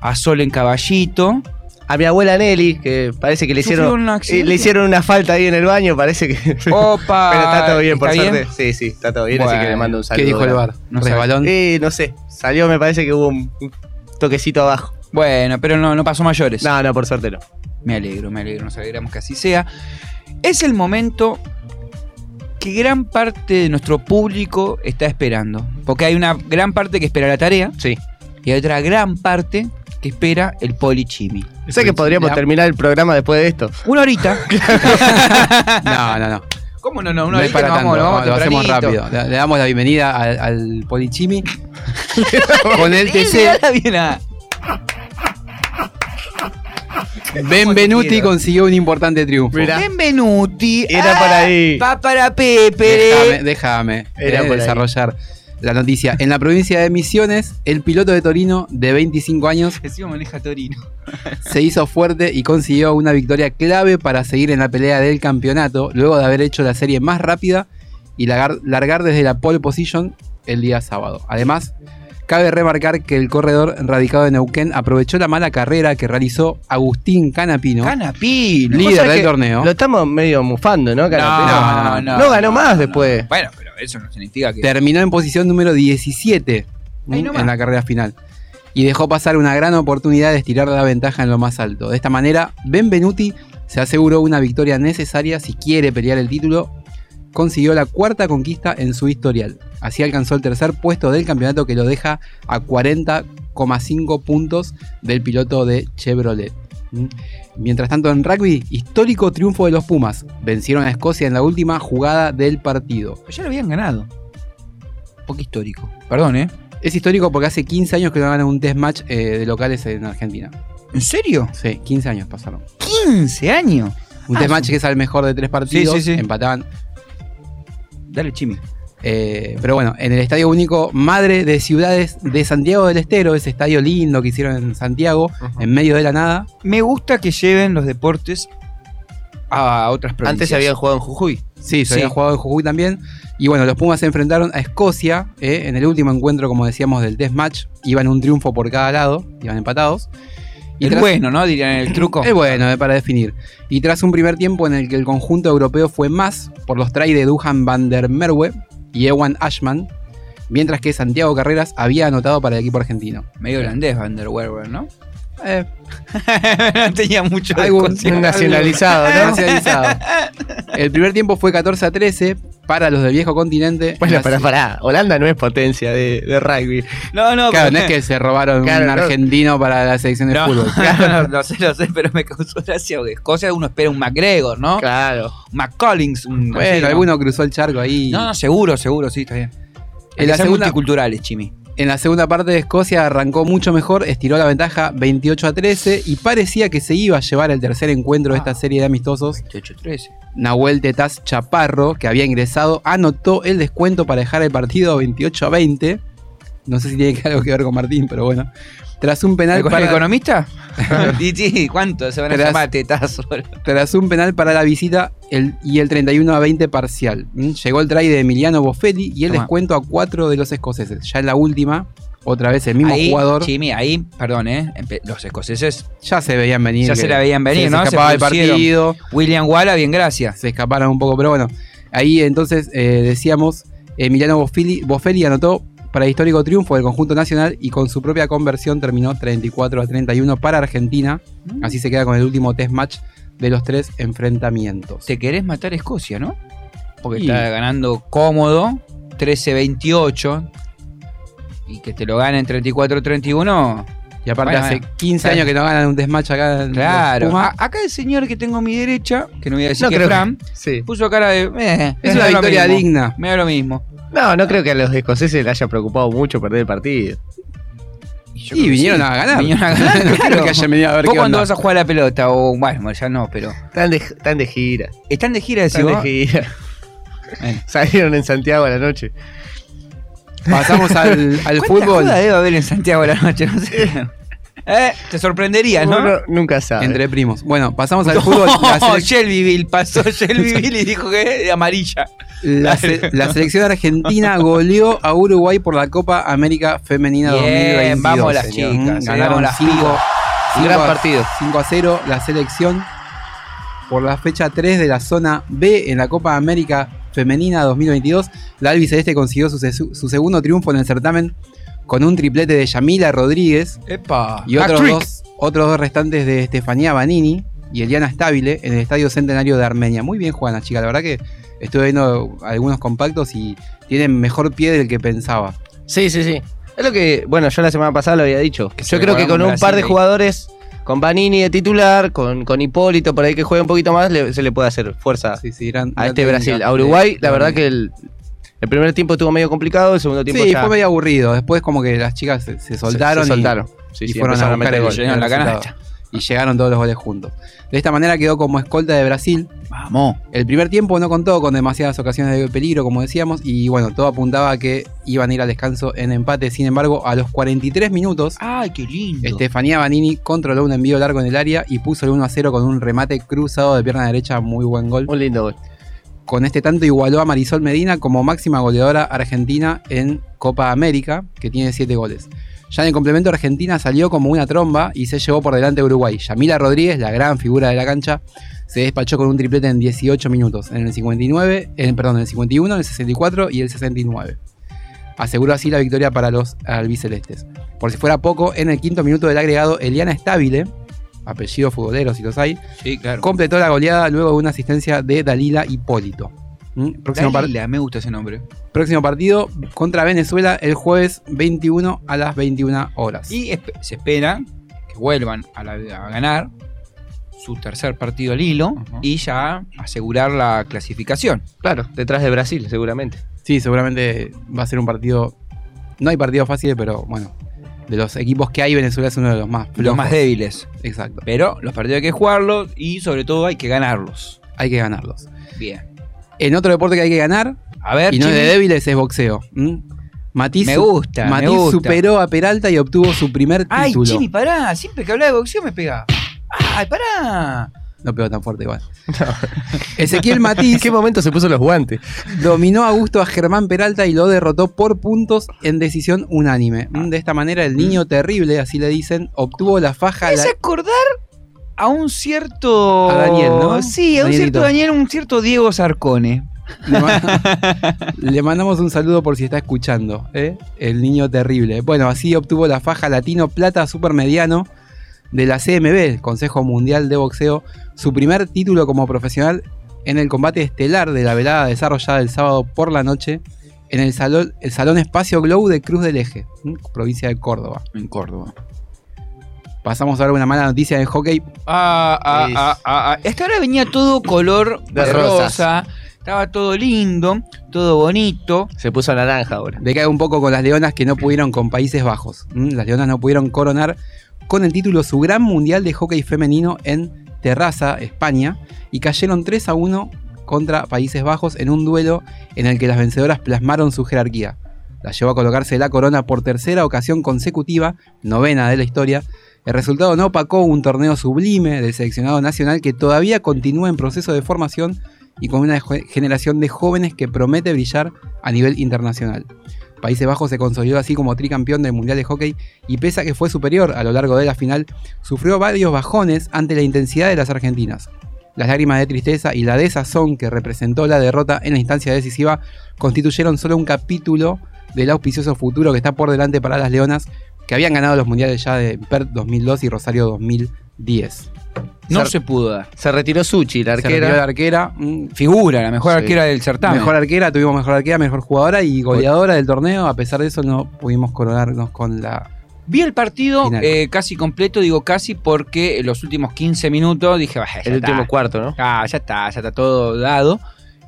a Sol en Caballito. A mi abuela Nelly, que parece que le Sufrió hicieron, un accidente. eh, le hicieron una falta ahí en el baño, parece que. [laughs] Opa. Pero está todo bien, por ¿Está suerte. bien? Sí, sí, está todo bien, así Bueno, que le mando un ¿qué saludo. dijo el grande. VAR? ¿No sabe? Eh, no sé. Salió, me parece que hubo un un toquecito abajo. Bueno, pero no, no pasó mayores. No, no, por suerte no. Me alegro, me alegro, nos alegramos que así sea. Es el momento que gran parte de nuestro público está esperando. Porque hay una gran parte que espera la tarea. Sí. Y hay otra gran parte que espera el polichimi. Sé que podríamos La- terminar el programa después de esto. [laughs] Una horita. No, no, no. ¿Cómo no? No, una No es horita para nos tanto, vamos, nos vamos no, lo hacemos tempranito. rápido. Le, le damos la bienvenida al, al [laughs] Polichimi con el TC. Mirala bien a- Benvenuti consiguió un importante triunfo. Benvenuti. Era por ahí. Ah, Va para Pepe. Déjame, déjame Era eh, por ahí. desarrollar la noticia. En la provincia de Misiones, el piloto de Torino de 25 años Encima maneja Torino. se hizo fuerte y consiguió una victoria clave para seguir en la pelea del campeonato, luego de haber hecho la serie más rápida y largar, largar desde la pole position el día sábado. Además, cabe remarcar que el corredor radicado de Neuquén aprovechó la mala carrera que realizó Agustín Canapino. Canapino, Vos líder sabés del que torneo. Lo estamos medio mufando, ¿no? No, Canapino? no, no. No ganó más después. Bueno, pero eso no significa que. Terminó en posición número 17 Ahí mm, nomás. en la carrera final. y dejó pasar una gran oportunidad de estirar la ventaja en lo más alto. De esta manera, Benvenuti se aseguró una victoria necesaria si quiere pelear el título. Consiguió la cuarta conquista en su historial. Así alcanzó el tercer puesto del campeonato que lo deja a 40,5 puntos del piloto de Chevrolet. ¿Mm? Mientras tanto en rugby, histórico triunfo de los Pumas. Vencieron a Escocia en la última jugada del partido. Ya lo habían ganado. Un poco histórico. Perdón, ¿eh? Es histórico porque hace 15 años que no ganan un test match eh, de locales en Argentina. ¿En serio? Sí, 15 años pasaron. 15 años. Un Ah, test match que es al mejor de tres partidos. Sí, sí, sí. Empataban. Dale, Chimi. Eh, pero bueno, en el Estadio Único Madre de Ciudades de Santiago del Estero, ese estadio lindo que hicieron en Santiago, en medio de la nada. Me gusta que lleven los deportes a otras provincias. Antes se habían jugado en Jujuy. Sí, se Sí. habían jugado en Jujuy también. Y bueno, los Pumas se enfrentaron a Escocia eh, en el último encuentro, como decíamos, del test match. Iban un triunfo por cada lado, iban empatados. Es bueno, ¿no? Dirían el truco. Es bueno, eh, para definir. Y tras un primer tiempo en el que el conjunto europeo fue más por los tries de Duhan van der Merwe y Ewan Ashman, mientras que Santiago Carreras había anotado para el equipo [laughs] argentino. Medio holandés Van der Werber, ¿no? Eh. Tenía mucho Algún desconcierto. nacionalizado, ¿no? [laughs] Nacionalizado. El primer tiempo fue 14 a 13 para los del viejo continente. Bueno, Las- pará, pará. Holanda no es potencia de, de rugby. No, no, Claro, no pero- es que se [laughs] robaron Claro, un no. argentino para la selección de No, [laughs] fútbol. no, no, lo sé, lo sé, pero me causó gracia porque Escocia uno espera un McGregor, ¿no? Claro. McCollings, un. Bueno, alguno cruzó el charco ahí. No, no, seguro, seguro, sí, está bien. En En la las segunda- multiculturales, Chimi. En la segunda parte de Escocia arrancó mucho mejor, estiró la ventaja 28 a 13 y parecía que se iba a llevar el tercer encuentro de Ah. esta serie de amistosos. 28-13. Nahuel Tetaz Chaparro, que había ingresado, anotó el descuento para dejar el partido 28 a 20. No sé si tiene que- algo que ver con Martín, pero bueno. Tras un penal ¿El para... [laughs] economista? [laughs] y sí, ¿cuánto se van a Tras- llamar tetazo? Tras un penal para la visita el- y el 31 a 20 parcial. ¿Mm? Llegó el try de Emiliano Boffelli y el Tomá. descuento a cuatro de los escoceses. Ya en la última, otra vez el mismo Ahí, jugador. Chimi, ahí, perdón, ¿eh? Empe- Los escoceses Ya se veían venir. ya que- se la veían venir, sí, ¿no? Se escapaba el pusieron. partido. William Walla, bien, gracias. Se escaparon un poco, pero bueno. Ahí entonces eh, decíamos, Emiliano Boffelli, Boffelli anotó para el histórico triunfo del conjunto nacional y con su propia conversión terminó 34 a 31 para Argentina. Mm. Así se queda con el último test match de los tres enfrentamientos. Te querés matar a Escocia, ¿no? Porque Y- está ganando cómodo, 13-28. Y que te lo ganen 34-31. Y aparte Bueno, hace bueno. 15 años que no ganan un desmatch acá. en Claro. Puma. A- acá el señor que tengo a mi derecha, que no voy a decir Ah, No que creo Fran, que- sí. puso cara de. eh, Es me una da lo victoria mismo, digna. Me da lo mismo. No, no creo que a los escoceses les haya preocupado mucho perder el partido. yo Y creo que vinieron sí. a ganar. Vinieron [laughs] a ganar. no creo [laughs] claro. que hayan venido a ver Vos qué cuando onda. vas a jugar a la pelota, o bueno, ya no, pero. Están de, están de gira. Están de [laughs] gira, decís Están de [laughs] vos. gira. Bueno. Salieron en Santiago a la noche. Pasamos al, [laughs] al ¿Cuánta fútbol. joda debe haber en Santiago a la noche? No sé. Eh, Te sorprendería, ¿no? Uno nunca sabe. Entre primos. Bueno, pasamos [laughs] al No, [laughs] fútbol. La, sele- Shelbyville pasó Shelbyville y dijo que de amarilla. la se- la selección [laughs] argentina goleó a Uruguay por la Copa América Femenina Bien, 2022. vamos las señor. chicas, eh, Ganaron vamos las 5 pibas. Gran partido. 5 a 0 la selección por la fecha 3 de la zona B en la Copa América Femenina 2022. La albiceleste consiguió su, se- su segundo triunfo en el certamen con un triplete de Yamila Rodríguez Epa. y otros Hat-trick. dos, otros dos restantes de Estefanía Banini y Eliana Stabile en el Estadio Centenario de Armenia. Muy bien, Juana, chica. La verdad que estuve viendo algunos compactos y tienen mejor pie del que pensaba. Sí, sí, sí. Es lo que, bueno, yo la semana pasada lo había dicho. se Yo creo que juega con con un par de Brasil ahí. jugadores, con Banini de titular, con, con Hipólito por ahí que juegue un poquito más, le- se le puede hacer fuerza Sí, sí, gran- a gran este técnica Brasil. A de- Uruguay, de la verdad Banini. que el, el primer tiempo estuvo medio complicado, el segundo tiempo Sí, ya fue medio aburrido. Después como que las chicas se, se soltaron, se y- soltaron. Sí, y, sí, fueron a empezaron a buscar meter el, goles. el Llenaron la resultado. canasta. Y llegaron todos los goles juntos. De esta manera quedó como escolta de Brasil. Vamos. El primer tiempo no contó con demasiadas ocasiones de peligro, como decíamos, y bueno, todo apuntaba a que iban a ir al descanso en empate. Sin embargo, a los 43 minutos, Ay, qué lindo. Estefanía Banini controló un envío largo en el área y puso el 1 a 0 con un remate cruzado de pierna derecha. Muy buen gol. Un lindo gol. Con este tanto igualó a Marisol Medina como máxima goleadora argentina en Copa América, que tiene 7 goles. Ya en el complemento Argentina salió como una tromba y se llevó por delante a Uruguay. Yamila Rodríguez, la gran figura de la cancha, se despachó con un triplete en 18 minutos, en el 59, en, perdón, en el 51, en el 64 y el 69. aseguró así la victoria para los albicelestes. Por si fuera poco, en el quinto minuto del agregado, Eliana Stabile, apellido futbolero si los hay, completó la goleada luego de una asistencia de Dalila Hipólito. ¿Mm? Próximo par- Dalila, me gusta ese nombre. próximo partido contra Venezuela el jueves 21 a las 21 horas. Y esp- se espera que vuelvan a, la- a ganar su tercer partido al hilo y ya asegurar la clasificación. Claro, detrás de Brasil, seguramente. Sí, seguramente va a ser un partido. No hay partido fácil, pero bueno. De los equipos que hay, Venezuela es uno de los más Los más flojos. débiles. Exacto. Pero los partidos hay que jugarlos y sobre todo hay que ganarlos. Hay que ganarlos. Bien. En otro deporte que hay que ganar, A ver, y no es de Chimi. débiles, es boxeo. ¿Mm? Matiz, Me gusta, me Matiz gusta. superó a Peralta y obtuvo su primer título. Ay, Chimi, pará. Siempre que habla de boxeo me pega. Ay, pará. No pegó tan [laughs] fuerte igual. [laughs] Ezequiel Matiz. ¿En qué momento se puso los guantes? Dominó a gusto a Germán Peralta y lo derrotó por puntos en decisión unánime. Mm, De esta manera, el niño terrible, así le dicen, obtuvo la faja. Es la- acordar a un cierto. A Daniel, ¿no? Sí, a un Danielito. cierto Daniel, un cierto Diego Sarcone. Le, ma- [laughs] le mandamos un saludo por si está escuchando. ¿eh? El niño terrible. Bueno, así obtuvo la faja latino plata supermediano de la CMB, Consejo Mundial de Boxeo, su primer título como profesional en el combate estelar de la velada desarrollada el sábado por la noche en el salón, el salón Espacio Glow de Cruz del Eje, ¿m? provincia de Córdoba. En Córdoba. Pasamos ahora a una mala noticia de hockey. Ah, ah, Es- ah, ah, ah. Hasta ahora venía todo color De de rosa. Estaba todo lindo, todo bonito. Se puso naranja ahora. Decae un poco con las Leonas que no pudieron con Países Bajos. ¿m? Las Leonas no pudieron coronar con el título su gran mundial de hockey femenino en Terraza, España, y cayeron 3 a 1 contra Países Bajos en un duelo en el que las vencedoras plasmaron su jerarquía. La llevó a colocarse la corona por tercera ocasión consecutiva, novena de la historia. El resultado no opacó un torneo sublime del seleccionado nacional que todavía continúa en proceso de formación y con una jo- generación de jóvenes que promete brillar a nivel internacional. Países Bajos se consolidó así como tricampeón del Mundial de Hockey y pese a que fue superior a lo largo de la final, sufrió varios bajones ante la intensidad de las argentinas. Las lágrimas de tristeza y la desazón que representó la derrota en la instancia decisiva constituyeron solo un capítulo del auspicioso futuro que está por delante para las Leonas, que habían ganado los mundiales ya de Perth 2002 y Rosario 2010. No se pudo dar. Se retiró Suchi, la Se retiró la arquera. arquera. mm, Figura, la mejor Sí. arquera del certamen. Mejor arquera, tuvimos mejor arquera, mejor jugadora y goleadora del torneo. A pesar de eso, no pudimos coronarnos con la. Vi el partido Final. eh, casi completo, digo casi porque en los últimos 15 minutos dije, "Bah, ya El está". último cuarto, ¿no? Ah, ya está, ya está todo dado.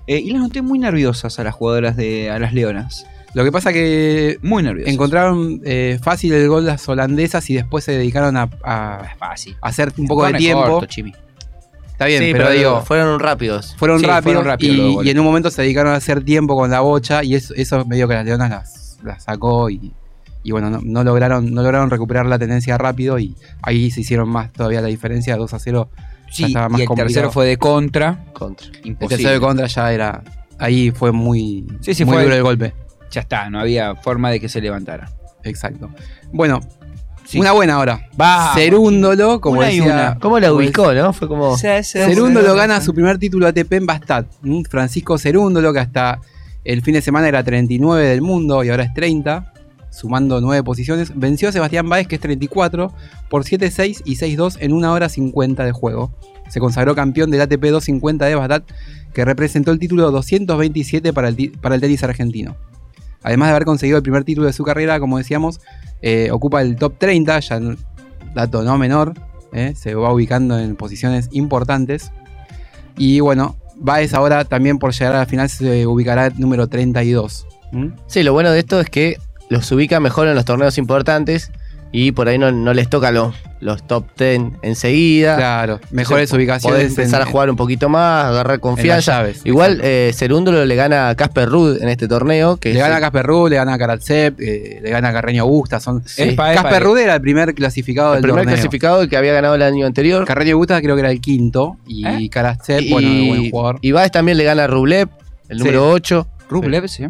Eh, y las noté muy nerviosas a las jugadoras eh, de a las Leonas. Lo que pasa que Muy nerviosas. encontraron eh, fácil el gol las holandesas y después se dedicaron a, a fácil. hacer un poco de Corre tiempo. corto, Chimi. Está bien, pero, digo, fueron rápidos. fueron Sí, rápidos fueron rápidos y- los y, goles. en un momento se dedicaron a hacer tiempo con la bocha y eso, eso medio que las leonas las, las sacó y, y bueno, no, no lograron, no lograron recuperar la tendencia rápido y ahí se hicieron más todavía la diferencia, 2 a 0. Sí, y el tercero fue de contra. Contra. El Imposible. tercero de contra ya era. Ahí fue muy, Sí, sí, muy fue- duro el golpe. Ya está, no había forma de que se levantara. Exacto. Bueno, Sí. una buena ahora. Vamos, Cerúndolo, como Una y decía. una. ¿Cómo la ubicó, no? Fue como. Cerúndolo gana su primer título ATP en Bastad. ¿m? Francisco Cerúndolo, que hasta el fin de semana era 39 del mundo y ahora es 30, sumando 9 posiciones, venció a Sebastián Báez, que es 34, por 7-6 y 6-2 en 1 hora 50 de juego. Se consagró campeón del ATP 250 de Bastad, que representó el título 227 para el, ti- para el tenis argentino. Además de haber conseguido el primer título de su carrera, como decíamos, eh, ocupa el top 30, ya n- dato no menor, eh, se va ubicando en posiciones importantes. Y bueno, Baez ahora también por llegar a la final se ubicará número 32. ¿Mm? Sí, lo bueno de esto es que los ubica mejor en los torneos importantes y por ahí no, no les toca los, los top 10 enseguida. Claro, mejores Entonces, ubicaciones podés empezar en- a jugar un poquito más, agarrar confianza. llaves, Igual eh, Cerúndolo le gana a Casper Ruud en este torneo. Que Le es gana a el- Casper Ruud, le gana a Karatsev, eh, le gana a Carreño Augusta. Son... Sí. Epa, epa, Casper epa. Ruud era el primer clasificado eh. el del primer torneo. clasificado que había ganado el año anterior. Carreño Augusta creo que era el quinto. Y ¿Eh? Karatsev, y, bueno, buen jugador. y Baez también le gana a Rublev, el Sí. número 8. Rublev, sí.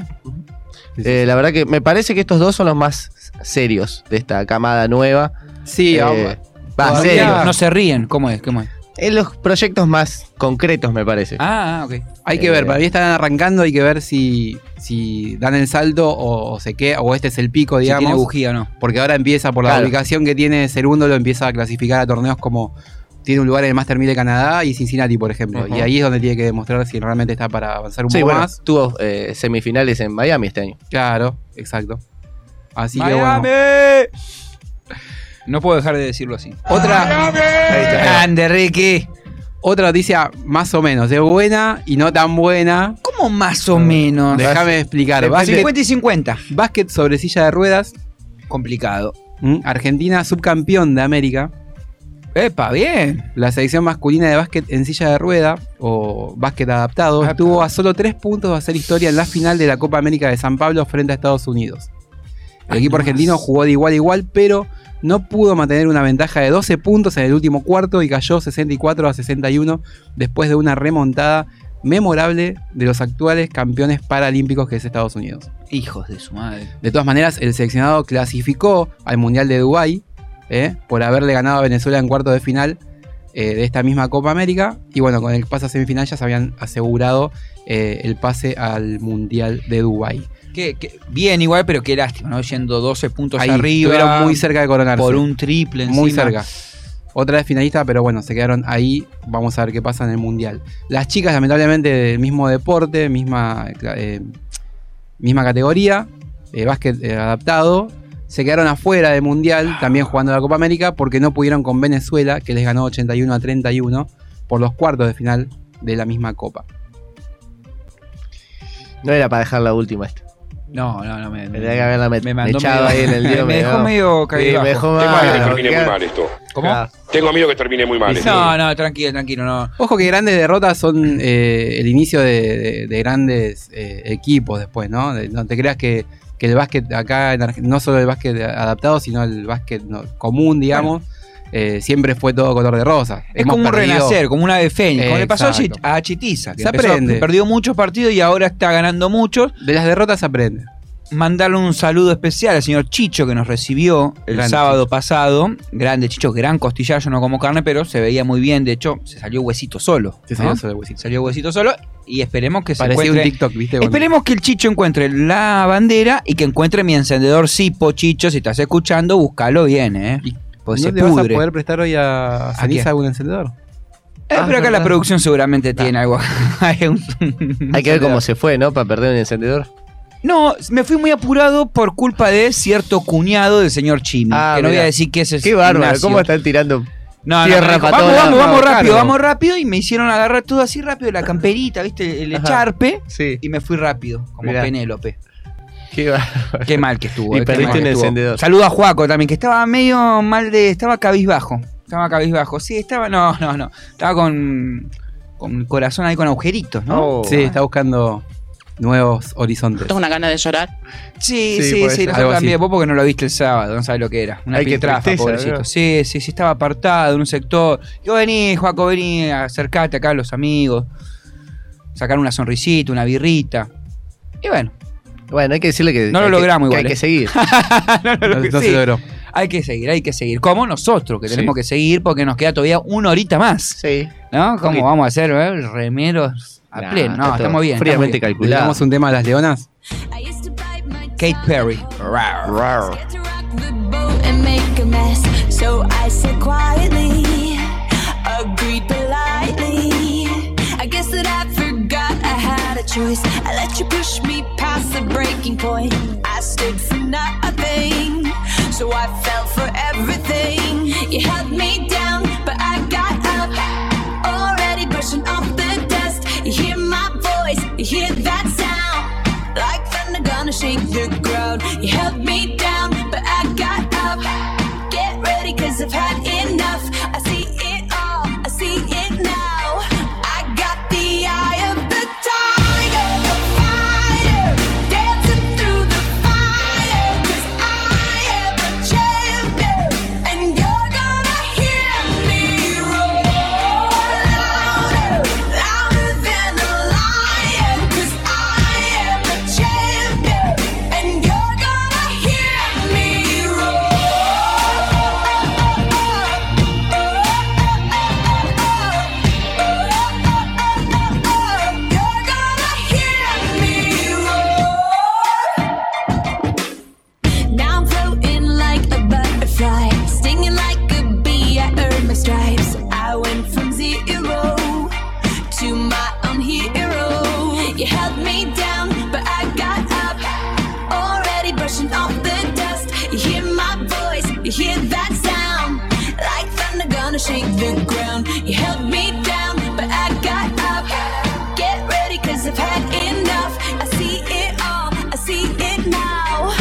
Eh, la verdad que me parece que estos dos son los más serios de esta camada nueva. Sí, Eh, ahora- va, Todavía serios. No se ríen. ¿Cómo es? ¿Cómo es? En los proyectos más concretos, me parece. Ah, ok. Hay que Eh, ver, para mí están arrancando, hay que ver si, si dan el salto o, o se queda, o este es el pico, Si tiene digamos. bujía o no. Porque ahora empieza, por la Claro. ubicación que tiene Segundo, lo empieza a clasificar a torneos como tiene un lugar en el Master 1000 de Canadá y Cincinnati, por ejemplo. Ujú. Y ahí es donde tiene que demostrar si realmente está para avanzar un Sí, poco bueno, más. tuvo eh, semifinales en Miami este año. Claro, exacto. Así que bueno. ¡Miami! No puedo dejar de decirlo así. Otra. Grande, Ricky. Otra noticia más o menos. Es buena y no tan buena. ¿Cómo más o menos? Déjame explicar. Depende. Básquet- 50 y 50. Básquet sobre silla de ruedas. Complicado. Mm, Argentina subcampeón de América. Epa, bien. La selección masculina de básquet en silla de rueda o básquet adaptado estuvo a solo tres puntos de hacer historia en la final de la Copa América de San Pablo frente a Estados Unidos. El equipo argentino jugó de igual a igual, pero no pudo mantener una ventaja de 12 puntos en el último cuarto y cayó 64 a 61 después de una remontada memorable de los actuales campeones paralímpicos que es Estados Unidos. Hijos de su madre. De todas maneras, el seleccionado clasificó al Mundial de Dubái ¿eh? por haberle ganado a Venezuela en cuarto de final eh, de esta misma Copa América. Y bueno, con el pase a semifinal ya se habían asegurado eh, el pase al Mundial de Dubái. Qué- qué- bien igual, pero qué lástima, ¿no? Yendo 12 puntos Ahí arriba. estuvieron muy cerca de coronarse. Por un triple Muy encima. cerca. Otra vez finalista, pero bueno, se quedaron ahí. Vamos a ver qué pasa en el Mundial. Las chicas, lamentablemente, del mismo deporte, misma, eh, misma categoría, eh, básquet eh, adaptado, se quedaron afuera del Mundial, también jugando la Copa América, porque no pudieron con Venezuela, que les ganó 81 a 31 por los cuartos de final de la misma Copa. No era para dejar la última esta. No, no, no. Me, me, Tendría que haberla met- me mandó echado ahí medio- en el dedo, [laughs] Me me dejó dejó- medio Sí, cabizbajo. me Tengo dejó miedo que mal. termine Ah, muy mal esto. ¿Cómo? Tengo miedo que termine muy mal esto. No, no, tranquilo, tranquilo, no. Ojo que grandes derrotas son eh, el inicio de, de- de grandes eh, equipos después, ¿no? De- no te creas que, que el básquet acá, en Arge- no solo el básquet adaptado, sino el básquet no- común, digamos, eh, siempre fue todo color de rosa. Es como un renacer, como una de Fénix. Como le pasó a Chit- a Chitiza, que Se empezó- aprende. perdió muchos partidos y ahora está ganando muchos. De las derrotas se aprende. Mandarle un saludo especial al señor Chicho que nos recibió el Grande sábado pasado. Grande Chicho, gran costillar, yo no como carne, pero se veía muy bien. De hecho, se salió huesito solo. Se salió ¿no? solo el huesito. ¿Ah? Salió huesito solo y esperemos que se Parecía un encuentre... TikTok, Este ¿viste? Cuando- Esperemos que el Chicho encuentre la bandera y que encuentre mi encendedor Sipo, Chicho. Si estás escuchando, búscalo bien, ¿eh? Pues ¿No se le vas a pudre. poder prestar hoy a Ceniza quién? algún encendedor? Eh, pero acá la producción seguramente tiene algo. [laughs] Hay, un- Hay que ver cómo se fue, ¿no? Para perder un encendedor. No, me fui muy apurado por culpa de cierto cuñado del señor Chimi. Ah, que no voy mirá. a decir que ese es Qué bárbaro, Ignacio. cómo están tirando No, no, tierra me dijo, para vamos, todos vamos, lados. vamos rápido, Carlos. vamos rápido. Y me hicieron agarrar todo así rápido, la camperita, ¿viste? El, el Ajá. echarpe. Sí. Y me fui rápido, como Mirá. Penélope. Qué bárbaro. Qué mal que estuvo. Y eh, qué perdiste mal que un estuvo. encendedor. Saludo a Juaco también, que estaba medio mal de. Estaba cabizbajo. Estaba cabizbajo. Sí, estaba. No, no, no. Estaba con. Con el corazón ahí con agujeritos, ¿no? Oh. Sí, está buscando nuevos horizontes. una gana de llorar? Sí, Sí, sí, puede sí, ser. nosotros Algo así. también. Vos porque no lo viste el sábado, no sabés lo que era. Una Ay, qué piltrafa, tristeza, pobrecito. ¿no? Sí, sí, sí, estaba apartado en un sector. Yo vení, Juaco, vení, acercate acá a los amigos. Sacar una sonrisita, una birrita. Y bueno. Bueno, hay que decirle que. No hay lo que- logramos que igual, Hay eh. que seguir. No, no, No, lo que- no se sí. logró. [laughs] Hay que seguir, hay que seguir. Como nosotros, que tenemos Sí. que seguir porque nos queda todavía una horita más. Sí. ¿No? ¿Cómo Poquito. vamos a hacer eh, remeros a Nah, pleno? No, está todo estamos bien. fríamente calculado. ¿Digamos un tema de las leonas? Kate Perry. Rar. boat and make a mess. So I said quietly, agreed politely. I guess that I forgot I had a choice. I let you push me past the breaking point. I stood for nothing, so I fell for everything. You held me down, but I got up. Already brushing off the dust. You hear my voice, you hear that sound. Like thunder gonna shake the ground. You held me down, but I got up. Get ready, cause I've had enough. I see it all, I see it now. I got the eye of the tiger, the fighter, dancing through the fire. 'Cause I am a champion, and you're gonna hear me roar louder, louder than a lion. 'Cause I am a champion, and you're gonna hear me roar. You held me down, but I got up. Already brushing off the dust. You hear my voice, you hear that sound. Like thunder gonna shake the ground. You held me down, but I got up. Get ready, cause I've had enough. I see it all, I see it now.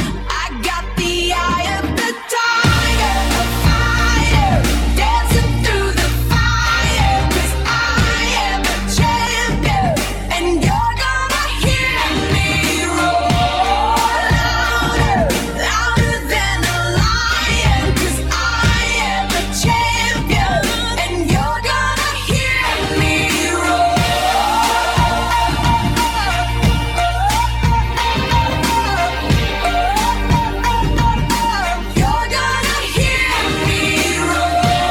I got the eye of the tiger, a fire, dancing through the fire. 'Cause I am a champion, and you're gonna hear me roar louder, louder than a lion. 'Cause I am a champion, and you're gonna hear me roar. You're gonna hear me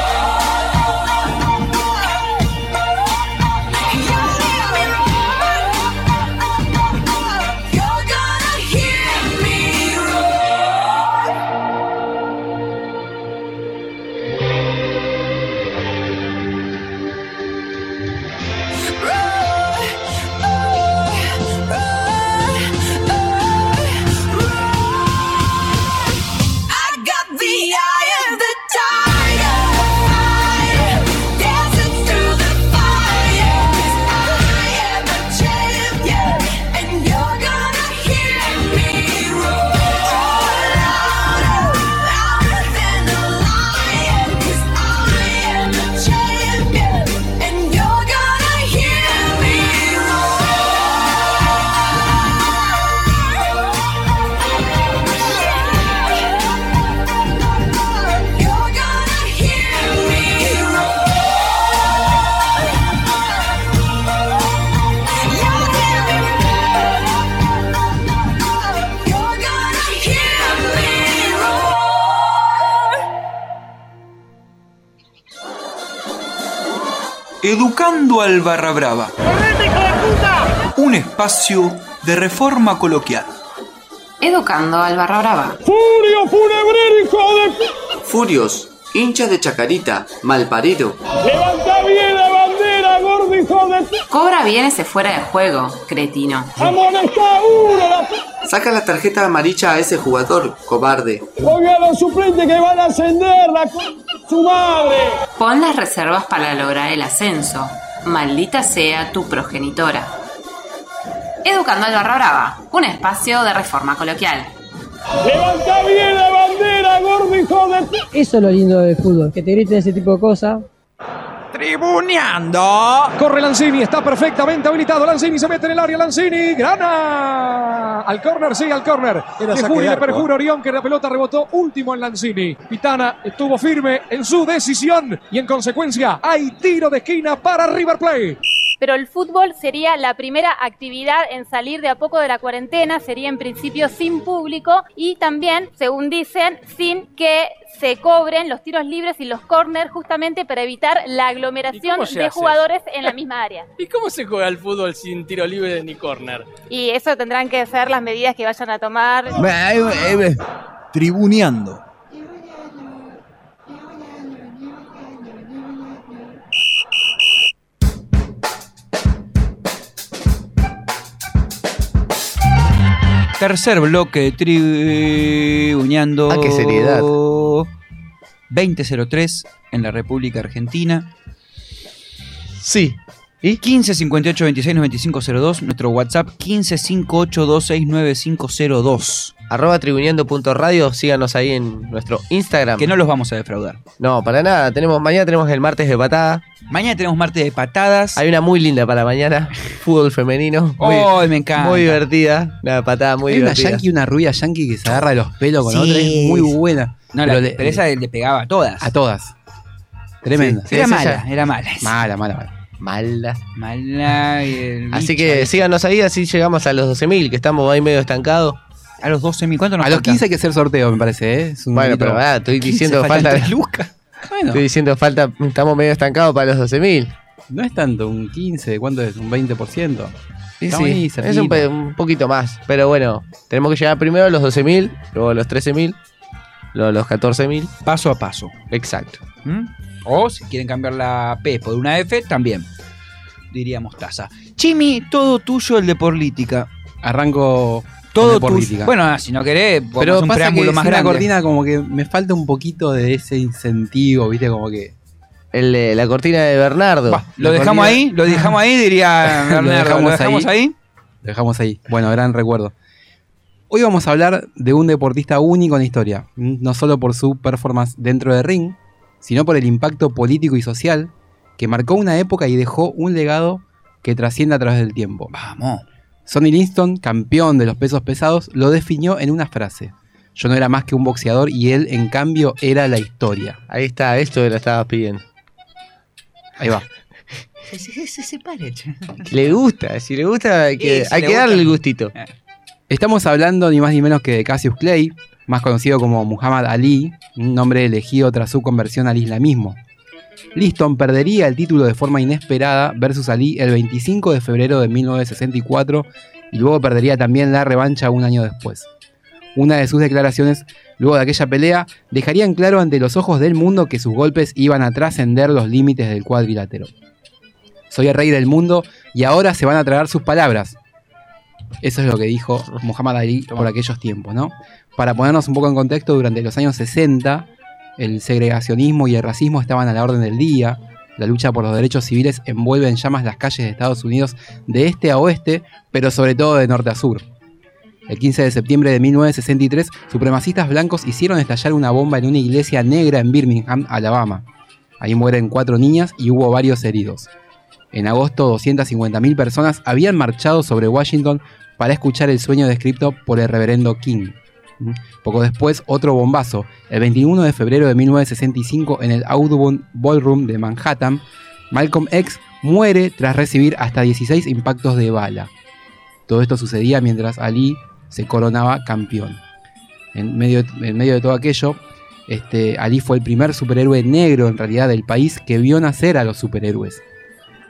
You're gonna hear me I got the eye of the tiger. Fire, dancing through the fire. 'Cause I am a champion, and you're gonna hear me roar louder, louder than a lion. 'Cause I am a champion, and you're gonna hear me roar. Educando al Barra Brava. Un espacio de reforma coloquial. Educando al barra brava. ¡Furio Funebre, hijo Furios, hinchas de Chacarita, malparido. ¡Levanta bien la bandera, gordo hijo de p... Cobra bien ese fuera de juego, cretino. ¡Amonesta uno la p... Saca la tarjeta amarilla a ese jugador, cobarde. ¡Oye a los suplentes que van a ascender la c... su madre! Pon las reservas para lograr el ascenso. Maldita sea tu progenitora. Educando al barra brava. Un espacio de reforma coloquial. ¡Levanta bien la bandera, gordo hijo de p... Eso es lo lindo del fútbol, que te griten ese tipo de cosas. Tribuneando. Corre Lanzini, está perfectamente habilitado. Lanzini se mete en el área. Lanzini, grana. Al córner, sí, al córner. Era De saque Juli de le arco, ¿eh? perjura Orión que la pelota rebotó último en Lanzini. Pitana estuvo firme en su decisión y en consecuencia hay tiro de esquina para River Plate. Pero el fútbol sería la primera actividad en salir de a poco de la cuarentena, sería en principio sin público y también, según dicen, sin que se cobren los tiros libres y los corners justamente para evitar la aglomeración cómo se de hace jugadores en la misma área. ¿Y cómo se juega el fútbol sin tiro libre ni córner? Y eso tendrán que ser las medidas que vayan a tomar. Tribuneando. Tercer bloque de Tribuñando. Ah, qué seriedad. 2003 en la República Argentina. Sí. ¿Y? 15 58 26 95 02. Nuestro WhatsApp 15 58 26 9502. Arroba tribuneando.radio, síganos ahí en nuestro Instagram. Que no los vamos a defraudar. No, para nada. Tenemos, mañana tenemos el martes de patada. Mañana tenemos martes de patadas. Hay una muy linda para mañana. Fútbol femenino. Muy, Ay, me encanta. Muy divertida. Una patada muy Hay una divertida. yankee, una rubia yankee que se agarra de los pelos con Sí. otra, es muy buena. No, la- pero esa le pegaba a todas. A todas. Tremenda. Sí, sí, Era esa mala, ya- era mala. Mala, mala, mala. Mala. Mala. y el Así bicho. que síganos ahí, así llegamos a los 12.000, que estamos ahí medio estancados. A los 12.000, ¿cuánto nos A los 15 hay que hacer sorteo, me parece, ¿eh? Es un Bueno, numerito. pero pará, [laughs] estoy diciendo faltan falta. tres lucas. Bueno, Estoy diciendo falta, estamos medio estancados para los 12.000. no es tanto, un 15, ¿cuánto es? Un 20%. Y Estamos ahí, sí, es un, cerquita. pe- un poquito más. Pero bueno, tenemos que llegar primero a los 12.000, luego a los 13.000, luego a los 14.000. Paso a paso. Exacto. ¿Mm? O si quieren cambiar la P por una F, también. diría Mostaza. Chimi, todo tuyo el de política. Arranco todo de tuyo. política. Bueno, ah, si no querés, Pero pero un pasa preámbulo que más sin la grande. cortina como que me falta un poquito de ese incentivo, viste, como que... la cortina de Bernardo. lo dejamos ahí, lo dejamos ahí, [laughs] diría Bernardo, ¿lo dejamos ahí? Lo dejamos ahí. Bueno, gran recuerdo. Hoy vamos a hablar de un deportista único en la historia, mm, no solo por su performance dentro del ring, sino por el impacto político y social que marcó una época y dejó un legado que trasciende a través del tiempo. Vamos. Sonny Liston, campeón de los pesos pesados, lo definió en una frase. Yo no era más que un boxeador y él, en cambio, era la historia. Ahí está, esto lo estabas pidiendo. Ahí va. Se, separe, Le gusta, si le gusta, hay que, Sí, si hay le que gusta. Eh, darle el gustito. Eh. Estamos hablando ni más ni menos que de Cassius Clay, más conocido como Muhammad Ali, un nombre elegido tras su conversión al islamismo. Liston perdería el título de forma inesperada versus Ali el 25 de febrero de 1964 y luego perdería también la revancha un año después. Una de sus declaraciones luego de aquella pelea dejarían claro ante los ojos del mundo que sus golpes iban a trascender los límites del cuadrilátero. Soy el rey del mundo y ahora se van a tragar sus palabras, eso es lo que dijo Muhammad Ali por aquellos tiempos, ¿no? Para ponernos un poco en contexto, durante los años 60, el segregacionismo y el racismo estaban a la orden del día. La lucha por los derechos civiles envuelve en llamas las calles de Estados Unidos de este a oeste, pero sobre todo de norte a sur. El 15 de septiembre de 1963, supremacistas blancos hicieron estallar una bomba en una iglesia negra en Birmingham, Alabama. Ahí mueren cuatro niñas y hubo varios heridos. En agosto, 250.000 personas habían marchado sobre Washington para escuchar el sueño descrito por el reverendo King. ¿Mm? Poco después, otro bombazo. El 21 de febrero de 1965, en el Audubon Ballroom de Manhattan, Malcolm X muere tras recibir hasta 16 impactos de bala. Todo esto sucedía mientras Ali se coronaba campeón. En medio, en medio de todo aquello, este, Ali fue el primer superhéroe negro en realidad del país que vio nacer a los superhéroes.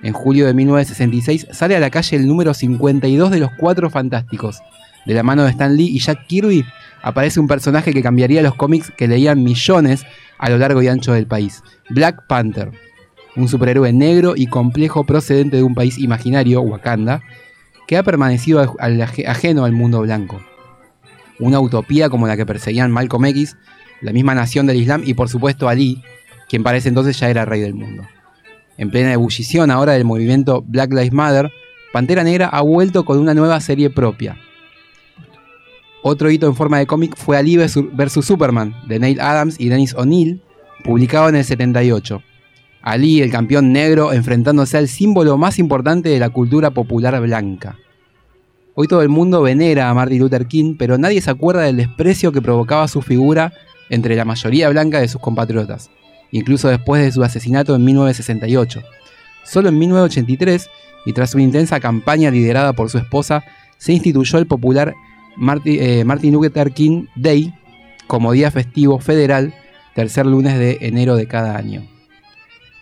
En julio de 1966 sale a la calle el número 52 de los Cuatro Fantásticos. De la mano de Stan Lee y Jack Kirby aparece un personaje que cambiaría los cómics que leían millones a lo largo y ancho del país. Black Panther, un superhéroe negro y complejo procedente de un país imaginario, Wakanda, que ha permanecido aj- al aje- ajeno al mundo blanco. Una utopía como la que perseguían Malcolm X, la misma nación del Islam y por supuesto Ali, quien para ese entonces ya era rey del mundo. En plena ebullición ahora del movimiento Black Lives Matter, Pantera Negra ha vuelto con una nueva serie propia. Otro hito en forma de cómic fue Ali vs Superman, de Neil Adams y Dennis O'Neill, publicado en el 78. Ali, el campeón negro, enfrentándose al símbolo más importante de la cultura popular blanca. Hoy todo el mundo venera a Martin Luther King, pero nadie se acuerda del desprecio que provocaba su figura entre la mayoría blanca de sus compatriotas incluso después de su asesinato en 1968. Solo en 1983, y tras una intensa campaña liderada por su esposa, se instituyó el popular Marti- eh, Martin Luther King Day como día festivo federal, tercer lunes de enero de cada año.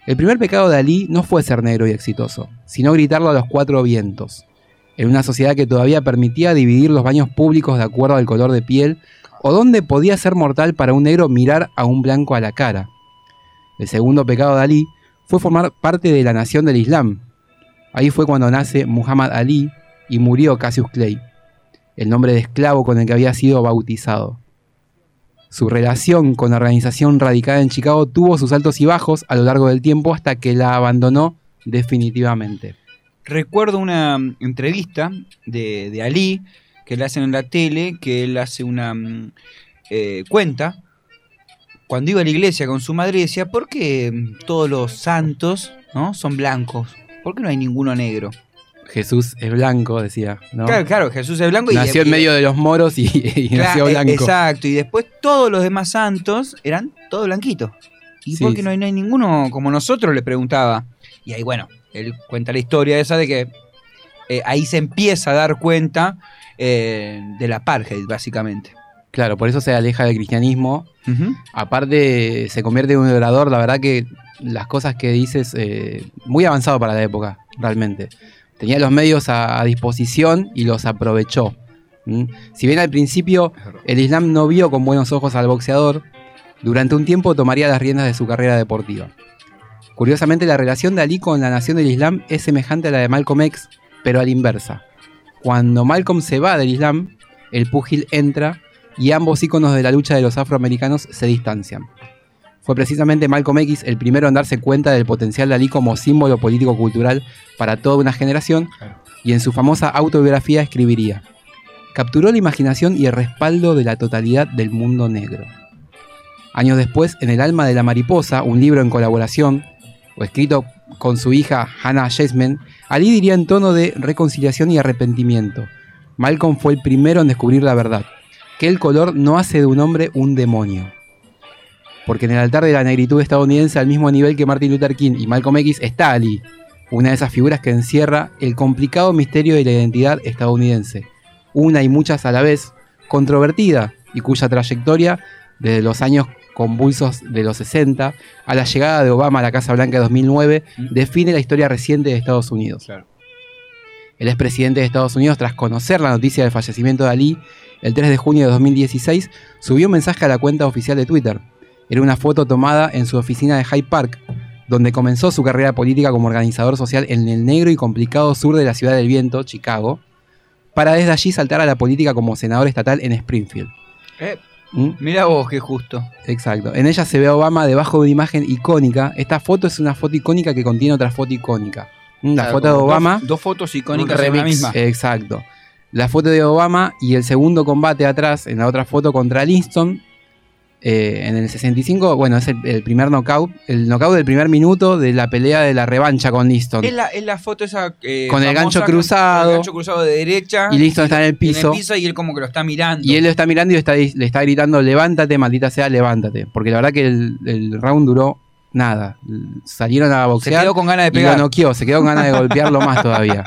El primer pecado de Ali no fue ser negro y exitoso, sino gritarlo a los cuatro vientos, en una sociedad que todavía permitía dividir los baños públicos de acuerdo al color de piel, o donde podía ser mortal para un negro mirar a un blanco a la cara. El segundo pecado de Ali fue formar parte de la nación del Islam. Ahí fue cuando nace Muhammad Ali y murió Cassius Clay, el nombre de esclavo con el que había sido bautizado. Su relación con la organización radicada en Chicago tuvo sus altos y bajos a lo largo del tiempo hasta que la abandonó definitivamente. Recuerdo una mm, entrevista de, de Ali que le hacen en la tele, que él hace una mm, eh, cuenta. Cuando iba a la iglesia con su madre decía, ¿por qué mm, todos los santos ¿no? son blancos? ¿Por qué no hay ninguno negro? Jesús es blanco, decía. ¿no? Claro, claro, Jesús es blanco y- Nació en y- medio de los moros y, [laughs] y Claro, nació e- blanco. Exacto, y después todos los demás santos eran todos blanquitos. ¿Y Sí, por qué no hay, no hay ninguno como nosotros? Le preguntaba. Y ahí, bueno, él cuenta la historia esa de que eh, ahí se empieza a dar cuenta eh, de la apartheid, básicamente. Claro, por eso se aleja del cristianismo. Aparte, se convierte en un orador, la verdad que las cosas que dices, eh, muy avanzado para la época, realmente. Tenía los medios a, a disposición y los aprovechó. ¿Mm? Si bien al principio el Islam no vio con buenos ojos al boxeador, durante un tiempo tomaría las riendas de su carrera deportiva. Curiosamente, la relación de Ali con la nación del Islam es semejante a la de Malcolm X, pero a la inversa. Cuando Malcolm se va del Islam, el púgil entra y ambos íconos de la lucha de los afroamericanos se distancian. Fue precisamente Malcolm X el primero en darse cuenta del potencial de Ali como símbolo político-cultural para toda una generación y en su famosa autobiografía escribiría, capturó la imaginación y el respaldo de la totalidad del mundo negro. Años después, en El alma de la mariposa, un libro en colaboración, o escrito con su hija Hannah Jasmine, Ali diría en tono de reconciliación y arrepentimiento, Malcolm fue el primero en descubrir la verdad, que el color no hace de un hombre un demonio. Porque en el altar de la negritud estadounidense, al mismo nivel que Martin Luther King y Malcolm X, está Ali, una de esas figuras que encierra el complicado misterio de la identidad estadounidense, una y muchas a la vez, controvertida y cuya trayectoria, desde los años convulsos de los 60 a la llegada de Obama a la Casa Blanca en 2009, define la historia reciente de Estados Unidos. El expresidente de Estados Unidos, tras conocer la noticia del fallecimiento de Ali, el 3 de junio de 2016, subió un mensaje a la cuenta oficial de Twitter. Era una foto tomada en su oficina de Hyde Park, donde comenzó su carrera política como organizador social en el negro y complicado sur de la ciudad del viento, Chicago, para desde allí saltar a la política como senador estatal en Springfield. ¿Mm? Eh, Mirá vos, qué justo. Exacto. En ella se ve a Obama debajo de una imagen icónica. Esta foto es una foto icónica que contiene otra foto icónica. Mm, La Claro, foto de como dos- Obama. eh, Dos, fotos icónicas en la misma. Exacto. La foto de Obama y el segundo combate atrás, en la otra foto contra Livingston. eh, en el 65, bueno, es el, el primer knockout, el knockout del primer minuto de la pelea de la revancha con Livingston. Es la, es la foto esa. eh, Con el famosa, gancho con- cruzado. con el gancho cruzado de derecha. Y Livingston está en el Y en el piso. piso y él como que lo está mirando. Y él lo está mirando y le está, le está gritando, levántate, maldita sea, levántate. Porque la verdad que el, el round duró nada. Salieron a boxear. quedó con ganas de y pegar. lo noqueó, se quedó con ganas de golpearlo más [laughs] todavía.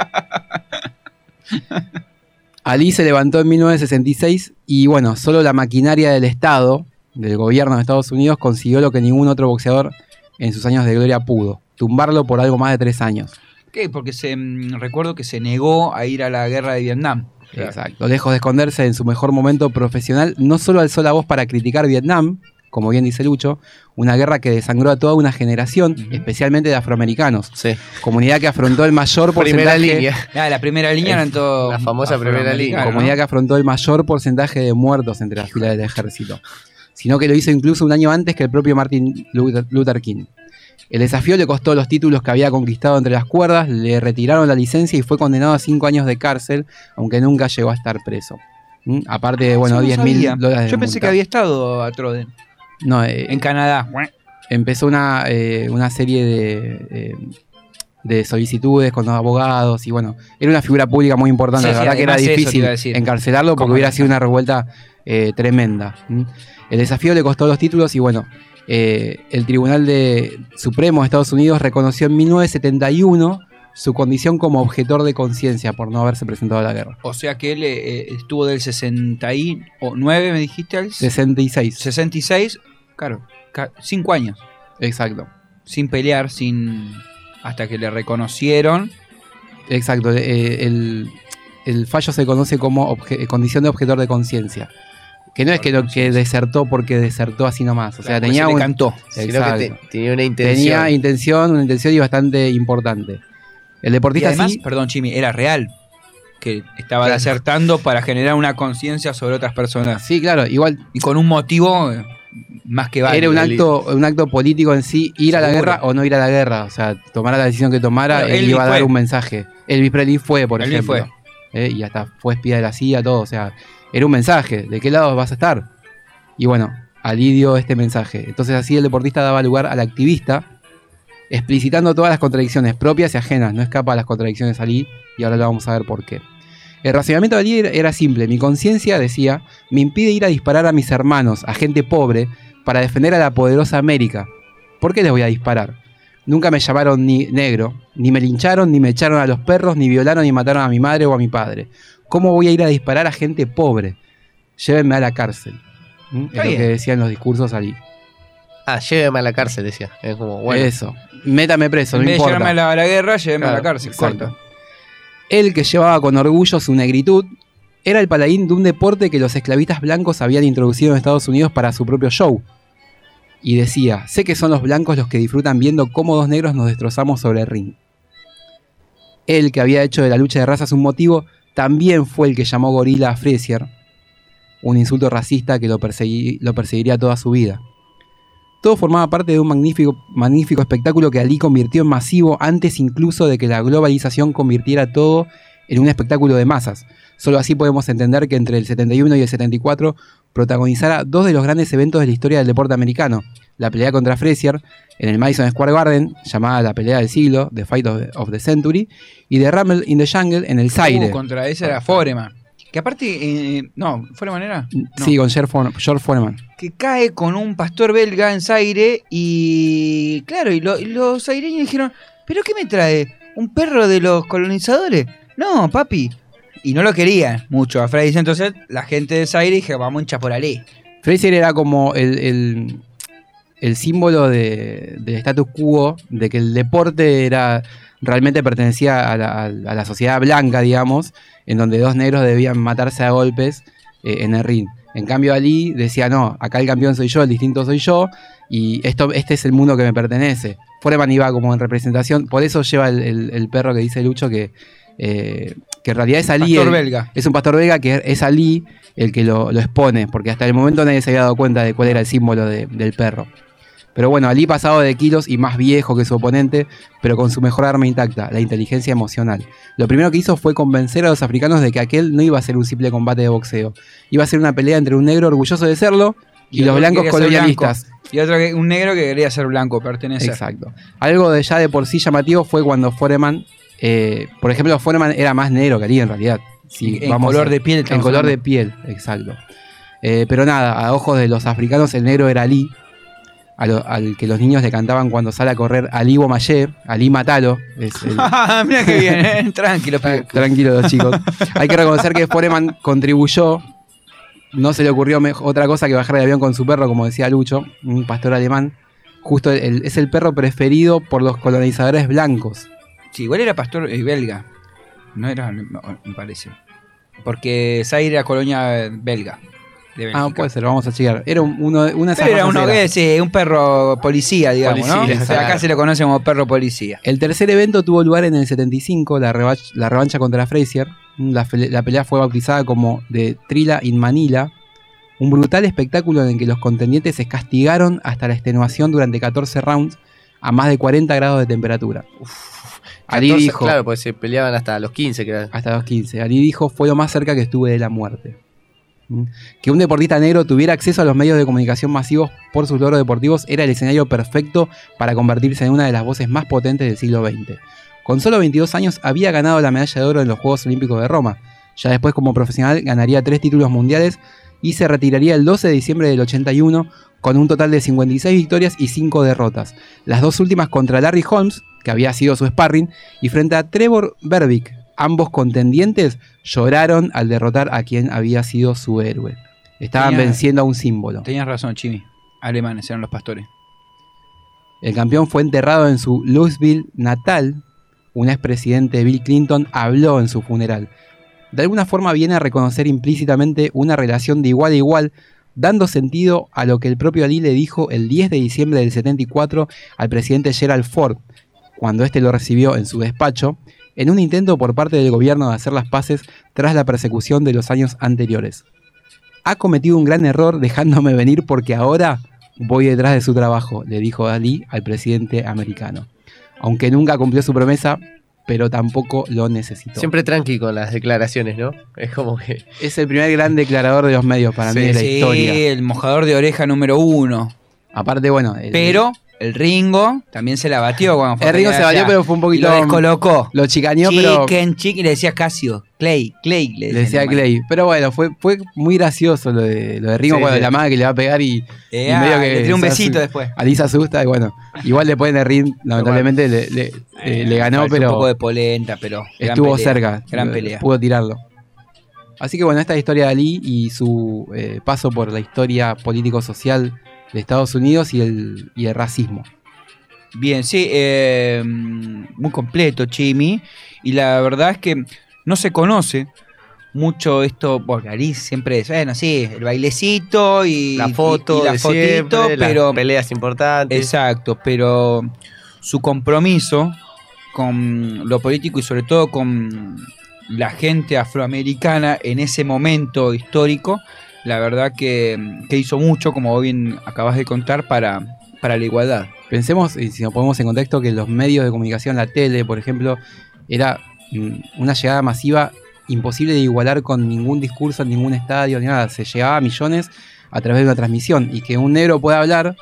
Ali se levantó en 1966 y bueno, solo la maquinaria del Estado, del gobierno de Estados Unidos, consiguió lo que ningún otro boxeador en sus años de gloria pudo. Tumbarlo por algo más de tres años. ¿Qué? Porque se, mm, recuerdo que se negó a ir a la guerra de Vietnam. Exacto. Lejos de esconderse en su mejor momento profesional, no solo alzó la voz para criticar Vietnam, como bien dice Lucho, una guerra que desangró a toda una generación, especialmente de afroamericanos. Comunidad que afrontó el mayor porcentaje. Ah, Nada, la primera línea eran todos. La famosa Comunidad que afrontó el mayor porcentaje de muertos entre las filas del ejército. Sino que lo hizo incluso un año antes que el propio Martin Luther- Luther King. El desafío le costó los títulos que había conquistado entre las cuerdas, le retiraron la licencia y fue condenado a cinco años de cárcel, aunque nunca llegó a estar preso. ¿Mm? Aparte Ah, de, bueno, 10 mil dólares de Yo pensé multa. que había estado a Troden. No, eh, En Canadá. empezó una, eh, una serie de, eh, de solicitudes con los abogados y bueno, era una figura pública muy importante, Sí, la sí, verdad que era además eso te difícil iba a decir. encarcelarlo porque Como hubiera no. sido una revuelta eh, tremenda. ¿m? El desafío le costó los títulos y bueno, eh, el Tribunal de Supremo de Estados Unidos reconoció en 1971 su condición como objetor de conciencia por no haberse presentado a la guerra. O sea que él eh, estuvo del 69, me dijiste, al 66. 66, claro, 5 años. Exacto. Sin pelear, sin hasta que le reconocieron. Exacto, eh, el, el fallo se conoce como obje- condición de objetor de conciencia. Que no es que lo que desertó porque desertó así nomás. O sea, Claro, tenía porque se le un- cantó. Sino que Exacto. te- tenía una intención. Tenía intención, una intención y bastante importante. El Y deportista además, sí, perdón Jimmy, era real que estaba desertando para generar una conciencia sobre otras personas. Sí, claro, igual. Y con un motivo eh, más que válido. era un acto, un acto político en sí, ir a la Seguro. guerra o no ir a la guerra. O sea, tomara la decisión que tomara, Bueno, él Elvis iba a dar fue. un mensaje. Elvis Presley fue, por Elvis ejemplo. Eh, y hasta fue espía de la CIA, todo. O sea, era un mensaje. ¿De qué lado vas a estar? Y bueno, Ali dio este mensaje. Entonces así el deportista daba lugar al activista, explicitando todas las contradicciones propias y ajenas. No escapa a las contradicciones Ali y ahora lo vamos a ver por qué. El racionamiento de Ali era- era simple. Mi conciencia, decía, me impide ir a disparar a mis hermanos, a gente pobre, para defender a la poderosa América. ¿Por qué les voy a disparar? Nunca me llamaron ni negro, ni me lincharon, ni me echaron a los perros, ni violaron ni mataron a mi madre o a mi padre. ¿Cómo voy a ir a disparar a gente pobre? Llévenme a la cárcel. ¿Mm? Es Está lo bien. que decían los discursos allí. Ah, lléveme a la cárcel, decía. Es como, bueno. Eso. Métame preso, en no vez de importa. llevarme a la, a la guerra, lléveme a la Claro, cárcel. exacto. Corta. Él que llevaba con orgullo su negritud, era el paladín de un deporte que los esclavistas blancos habían introducido en Estados Unidos para su propio show. y decía, sé que son los blancos los que disfrutan viendo cómo dos negros nos destrozamos sobre el ring. Él, que había hecho de la lucha de razas un motivo, también fue el que llamó gorila a Frazier, un insulto racista que lo, persegui- lo perseguiría toda su vida. Todo formaba parte de un magnífico, magnífico espectáculo que Ali convirtió en masivo antes incluso de que la globalización convirtiera todo en un espectáculo de masas. Solo así podemos entender que entre el 71 y el 74 protagonizara dos de los grandes eventos de la historia del deporte americano, la pelea contra Frazier en el Madison Square Garden, llamada la pelea del siglo, The Fight of the, of the Century, y The Rumble in the Jungle en el Zaire. Uh, contra ese era Foreman. Que aparte, eh, no, Foreman era. No. Sí, con George Fore- George Foreman. que cae con un pastor belga en Zaire y claro, y, lo- y los aireños dijeron, ¿pero qué me trae? ¿Un perro de los colonizadores? No, papi. Y no lo querían mucho a Freddy. Entonces la gente de Zaire dijo, vamos a hinchar por Ali. Frazier era como el, el- el símbolo de- del status quo, de que el deporte era realmente pertenecía a la, a la sociedad blanca, digamos, en donde dos negros debían matarse a golpes eh, en el ring. En cambio Ali decía, no, acá el campeón soy yo, el distinto soy yo, y esto, este es el mundo que me pertenece. Foreman iba como en representación, por eso lleva el, el- el perro que dice Lucho que, eh, que en realidad es Ali. Pastor el- belga. es un pastor belga que es Ali el que lo, lo expone, porque hasta el momento nadie se había dado cuenta de cuál era el símbolo de- del perro. Pero bueno, Ali pasado de kilos y más viejo que su oponente, pero con su mejor arma intacta, la inteligencia emocional. Lo primero que hizo fue convencer a los africanos de que aquel no iba a ser un simple combate de boxeo, iba a ser una pelea entre un negro orgulloso de serlo y, los otro blancos quería ser colonialistas. blanco. y otro que, un negro que quería ser blanco, pertenecer. Exacto. Algo de ya de por sí llamativo fue cuando Foreman, eh, por ejemplo, Foreman era más negro que Ali en realidad. Si En vamos color a- de piel En estamos color de hablando. piel, exacto. Eh, pero nada, a ojos de los africanos el negro era Ali, a lo- al que los niños le cantaban cuando sale a correr Ali Bomayé, Ali Matalo. Es [laughs] el- Mira qué bien, [laughs] ¿eh? tranquilo. pibe. Tranquilos los chicos. Hay que reconocer que Foreman contribuyó. No se le ocurrió mej- otra cosa que bajar de avión con su perro, como decía Lucho, un pastor alemán. Justo el- el- es el perro preferido por los colonizadores blancos. Sí, igual era pastor eh, belga. No era, no, me parece. Porque Zaire era colonia eh, belga. de Ah, Bélgica. puede ser, vamos a chequear. Era un- uno, de- una de esas Pero era razas uno era. que, sí, un perro policía, digamos, Policía, ¿no? O sea, claro. acá se lo conoce como perro policía. El tercer evento tuvo lugar en el 75, la, revach- la revancha contra Frazier. La, fe- la pelea fue bautizada como The Trila in Manila, un brutal espectáculo en el que los contendientes se castigaron hasta la extenuación durante 14 rounds a más de 40 grados de temperatura. Ali 14, dijo, Claro, porque se peleaban hasta los 15, creo. hasta los 15, Ali dijo, fue lo más cerca que estuve de la muerte. ¿Mm? Que un deportista negro tuviera acceso a los medios de comunicación masivos por sus logros deportivos era el escenario perfecto para convertirse en una de las voces más potentes del siglo XX. Con solo 22 años había ganado la medalla de oro en los Juegos Olímpicos de Roma. Ya después como profesional ganaría tres títulos mundiales y se retiraría el 12 de diciembre del 81 con un total de 56 victorias y 5 derrotas. Las dos últimas contra Larry Holmes, que había sido su sparring, y frente a Trevor Berbick. Ambos contendientes lloraron al derrotar a quien había sido su héroe. Estaban Tenía- venciendo a un símbolo. Tenías razón, Chimi. Alemanes eran los pastores. El campeón fue enterrado en su Louisville natal. Un expresidente Bill Clinton habló en su funeral. De alguna forma viene a reconocer implícitamente una relación de igual a igual, dando sentido a lo que el propio Ali le dijo el 10 de diciembre del 74 al presidente Gerald Ford, cuando este lo recibió en su despacho, en un intento por parte del gobierno de hacer las paces tras la persecución de los años anteriores. Ha cometido un gran error dejándome venir porque ahora voy detrás de su trabajo, le dijo Ali al presidente americano. Aunque nunca cumplió su promesa, pero tampoco lo necesitó. Siempre tranqui con las declaraciones, ¿no? Es como que. Es el primer gran declarador de los medios para mí de la historia. el mojador de oreja número uno. Aparte, bueno. el- Pero el Ringo también se la batió cuando fue El Ringo se allá. batió, pero fue un poquito- Y Lo descolocó. Lo chicaneó, pero- Chicken, chicken. Y le decía Casio. Clay, Clay. Le Le decían decía a nomás. Clay. Pero bueno, fue, fue muy gracioso lo de, lo de Ringo Sí, cuando sí. la madre que le va a pegar y, y Eh, ah, le tiró un se besito asusta. después. Ali se asusta y bueno. Igual después en el ring, lamentablemente, le, le- eh, le ganó, Faltó pero Un poco de polenta, pero. gran estuvo pelea, cerca. Gran eh, pelea. Pudo tirarlo. Así que bueno, esta es la historia de Ali y su eh, paso por la historia político-social de Estados Unidos y el, y el racismo. Bien, sí, eh, muy completo Chimi. Y la verdad es que no se conoce mucho esto, bueno, Clarice siempre es, bueno, sí, el bailecito y La y- foto y la de fotito, siempre, las pero peleas importantes. Exacto, pero su compromiso con lo político y sobre todo con la gente afroamericana en ese momento histórico, la verdad que, que hizo mucho, como vos bien acabas de contar, para, para la igualdad. Pensemos, y si nos ponemos en contexto, que los medios de comunicación, la tele, por ejemplo, era mm, una llegada masiva imposible de igualar con ningún discurso en ningún estadio ni nada. Se llegaba a millones a través de una transmisión. Y que un negro pueda hablar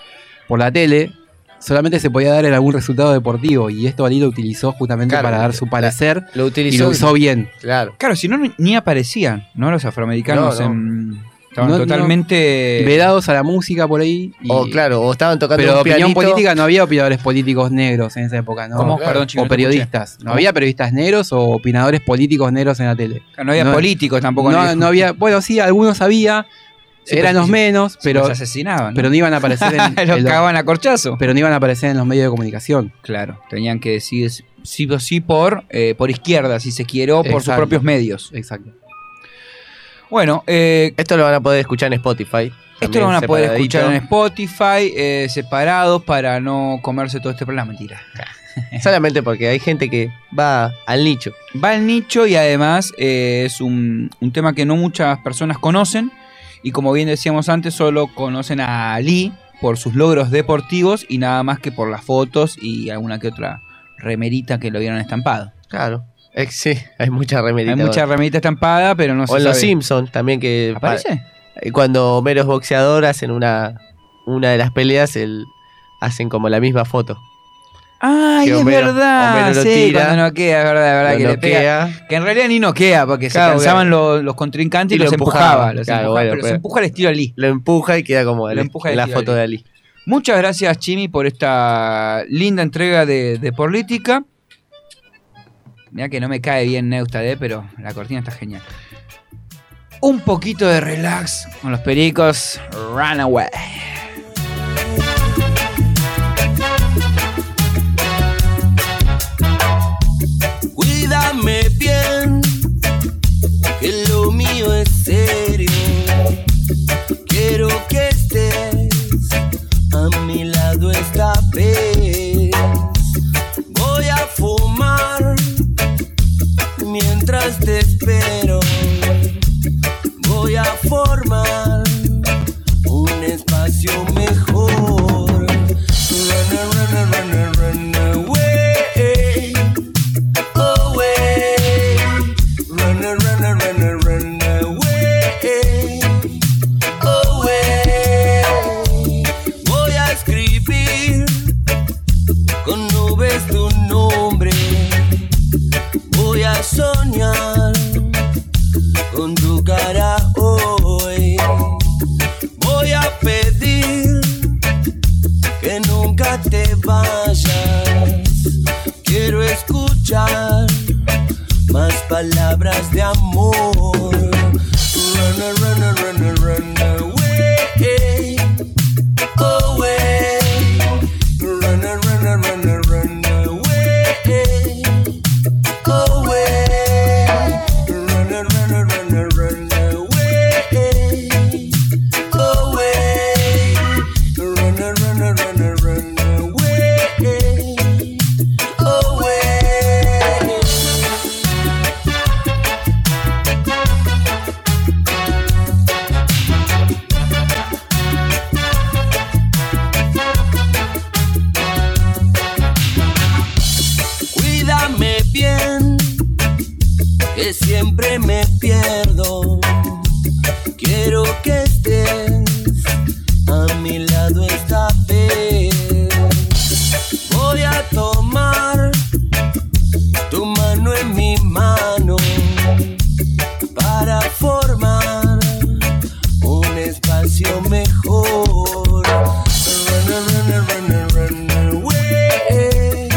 por la tele solamente se podía dar en algún resultado deportivo. Y esto Ali lo utilizó justamente Claro, para dar su parecer lo y lo usó bien. Claro. Claro, si no, ni- ni aparecían, ¿no? Los afroamericanos No, no. en- estaban No, no. totalmente... vedados a la música por ahí. O, claro, o estaban tocando Pero un opinión pianito. política no había opinadores políticos negros en esa época, ¿no? ¿Cómo? Perdón, chico, o no te periodistas. escuché. No había periodistas negros o opinadores políticos negros en la tele. No había políticos tampoco No, negros. no había. Bueno, sí, algunos había. Sí, eran pero los sí, menos, sí, pues pero. los asesinaban, ¿no? Pero no iban a aparecer [laughs] en. Los cagaban a corchazo. Pero no iban a aparecer en los medios de comunicación. Claro, tenían que decidir sí o sí por, eh, por izquierda, si se quiere, o por sus Exacto. propios medios. Exacto. Bueno, eh, esto lo van a poder escuchar en Spotify. Esto lo van a poder escuchar en Spotify, eh, separados, para no comerse todo este problema. Mentira. [laughs] Solamente porque hay gente que va al nicho. Va al nicho y además eh, es un, un tema que no muchas personas conocen. Y como bien decíamos antes, solo conocen a Ali por sus logros deportivos y nada más que por las fotos y alguna que otra remerita que lo vieron estampado. Claro. Eh, sí, hay mucha remerita. Hay mucha ahora. remerita estampada, pero no o se en Los sabe. Simpsons también que... ¿Aparece? Eh, Cuando Homero es boxeador, hacen una, una de las peleas, el, hacen como la misma foto. Ay, que es Homero- verdad. Homero lo sí, tira. cuando noquea, es verdad, es verdad Lo que le noquea. pega. Que en realidad ni noquea, porque Claro, se cansaban claro. los, los contrincantes y, Y lo los empujaba. empujaba, los claro, empujaba, bueno, pero se pero- empuja al estilo Ali. Lo empuja y queda como el- empuja al la estilo foto de Ali. Muchas gracias, Chimi, por esta linda entrega de, de política. Mirá que no me cae bien Neustade, pero la cortina está genial. Un poquito de relax con los pericos Runaway. Cuídame bien, que lo mío es serio. Quiero que estés a mi lado esta vez. Voy a fumar mientras te espero. Voy a formar un espacio mejor. Run, run, run, run away. away. Run, run, run, run, run away. Away. Voy a escribir con nubes tu nombre. Voy a soñar con tu cara hoy. Voy a pedir que nunca te vayas. Quiero escuchar más palabras de amor. Run, run, run, run away. Away. Run, run, run, run away. Away. Run, run, run, run away. Away. Run, run, run, run away. Away. Cuídame bien, que siempre me pierdo. Quiero que estés a mi lado esta vez. Voy a tomar tu mano en mi mano para formar un espacio mejor. Run, run, run, run away.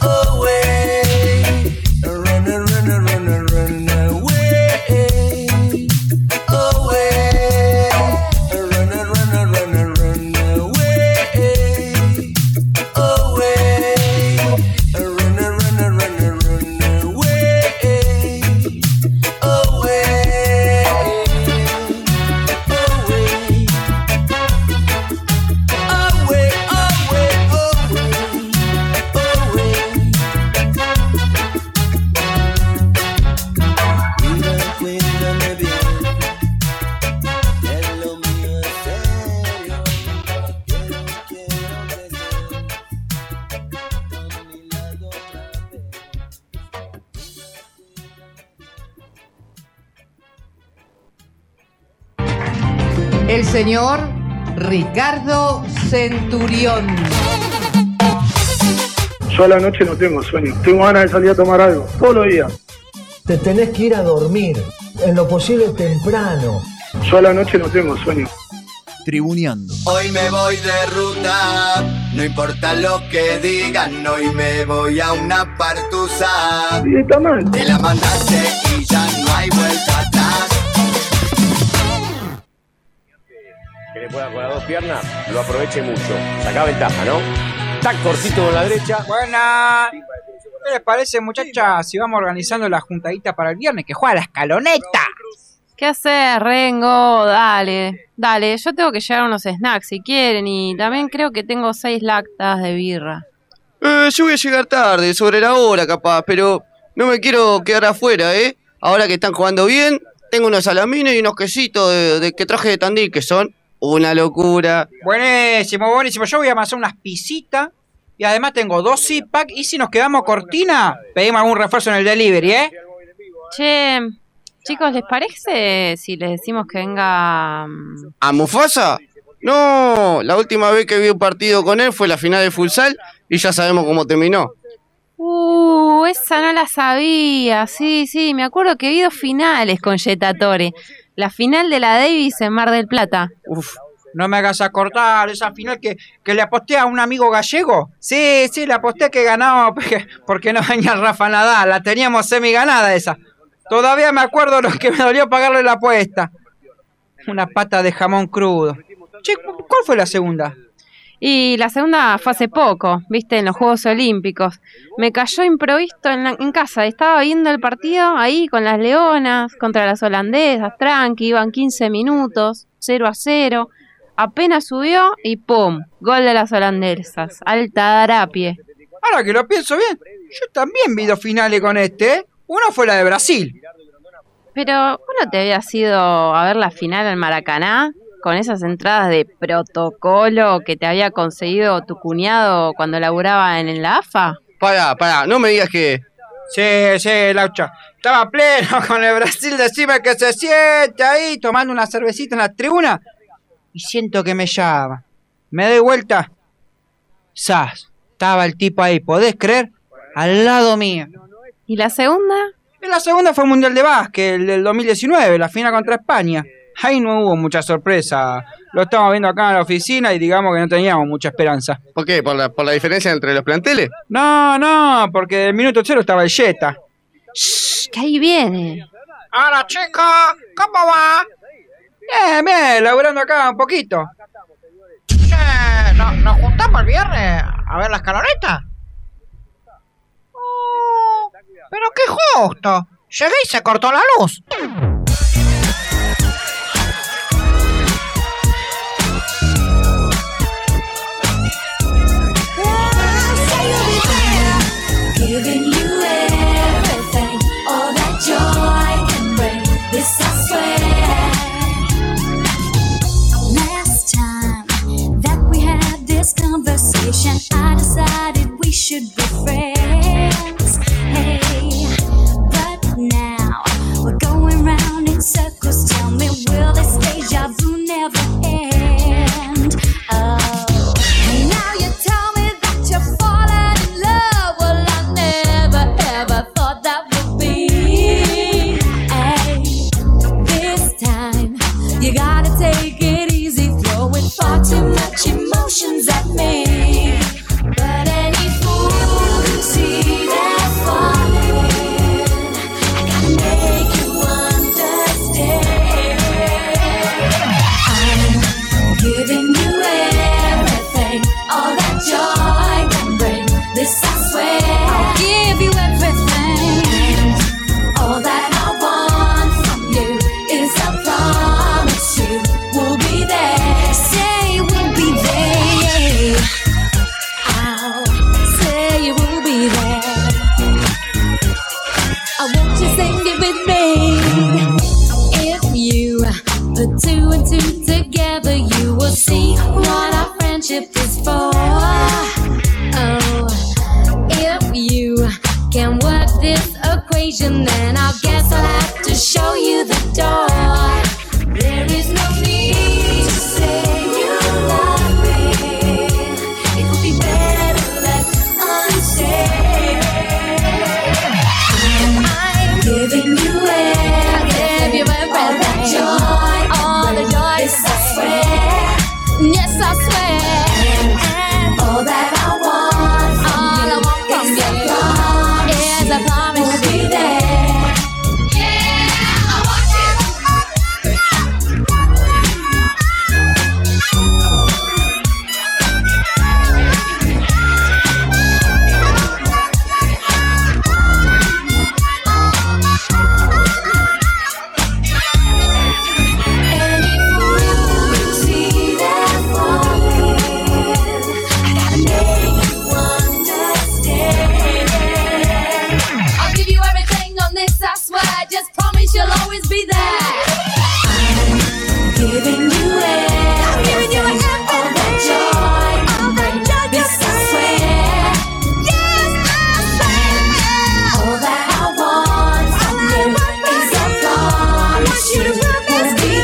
Away. Run, run, run, run away. el señor Ricardo Centurión. Yo a la noche no tengo sueño. Tengo ganas de salir a tomar algo. Todos los días. Te tenés que ir a dormir, en lo posible temprano. Yo a la noche no tengo sueño. Tribuneando. Hoy me voy de ruta, no importa lo que digan, hoy me voy a una partusa. Y está mal. Te la mandaste y ya no hay vuelta atrás. que le pueda con las dos piernas, lo aproveche mucho. Sacá ventaja, ¿no? Tan cortito con la derecha. Buena. ¿Qué les parece, muchachas? Si vamos organizando la juntadita para el viernes, que juega la escaloneta. ¿Qué haces, Rengo? Dale, dale. Yo tengo que llevar unos snacks si quieren y también creo que tengo seis lactas de birra. Eh, yo voy a llegar tarde, sobre la hora capaz, pero no me quiero quedar afuera, ¿eh? Ahora que están jugando bien, tengo unos salamines y unos quesitos de, de que traje de Tandil que son una locura. Buenísimo, buenísimo. Yo voy a amasar unas pisitas y además tengo dos zipac y si nos quedamos cortina, pedimos algún refuerzo en el delivery, ¿eh? Che, chicos, ¿les parece si les decimos que venga... mm, ¿A Mufasa? No, la última vez que vi un partido con él fue la final de Futsal y ya sabemos cómo terminó. Uh, esa no la sabía. Sí, sí, me acuerdo que vi dos finales con Jetta Tore. La final de la Davis en Mar del Plata. Uf, no me hagas acortar esa final que, que le aposté a un amigo gallego. Sí, sí, le aposté que ganaba porque, porque no venía Rafa Nadal. La teníamos semi ganada esa. Todavía me acuerdo lo que me dolió pagarle la apuesta. Una pata de jamón crudo. Che, ¿cu- ¿cuál fue la segunda? Y la segunda fue hace poco, viste, en los Juegos Olímpicos. Me cayó improvisto en, la- en casa. Estaba viendo el partido ahí con las leonas, contra las holandesas, tranqui, iban 15 minutos, 0 a 0. Apenas subió y ¡pum! Gol de las holandesas. Alta darapie. Ahora que lo pienso bien, yo también vi dos finales con este. ¿eh? Una fue la de Brasil. Pero, ¿vos no te habías ido a ver la final al Maracaná? Con esas entradas de protocolo que te había conseguido tu cuñado cuando laburaba en la AFA? Pará, pará, no me digas que. Sí, sí, Laucha. Estaba pleno [laughs] con el Brasil, decime que se siente ahí tomando una cervecita en la tribuna. Y siento que me llama. Me doy vuelta. Sas, estaba el tipo ahí, ¿podés creer? Al lado mío. ¿Y la segunda? Y la segunda fue el Mundial de Básquet, el del 2019, la final contra España. Ahí no hubo mucha sorpresa. Lo estamos viendo acá en la oficina y digamos que no teníamos mucha esperanza. ¿Por qué? ¿Por la, por la diferencia entre los planteles? No, no, porque del minuto cero estaba el Jetta. Que ahí viene. Hola chicos, ¿cómo va? Bien, Eh, bien, laburando acá un poquito. Che, ¿no- ¿nos juntamos el viernes a ver la escaloneta? Oh, pero qué justo. Llegué y se cortó la luz. Giving you everything, all that joy can bring. This I swear. Last time that we had this conversation, I decided we should be friends. Hey, but now we're going round in circles. Tell me, will this deja vu never end? Oh, and now you tell me that you're falling in love. Well, I never ever thought that would be. Hey, this time you gotta take it easy, throwing far too much emotions at me. But any fool who see that falling, I gotta make you understand. I'm giving you everything, all that joy can bring. This I swear, I'll give you everything. All that I want from you is a promise you will be there. Say we'll be there. I'll say you will be there. I want you singing with me. If you put two and two together, you will see what our friendship is for. Oh, if you can work this equation, then I guess I'll have to show you the door. There is no need face, you'll always be there. I'm giving you it. I'm giving you it. All that joy. All that joy. Yes, I swear. Yes, I swear. All that I want from you is a thought. You will be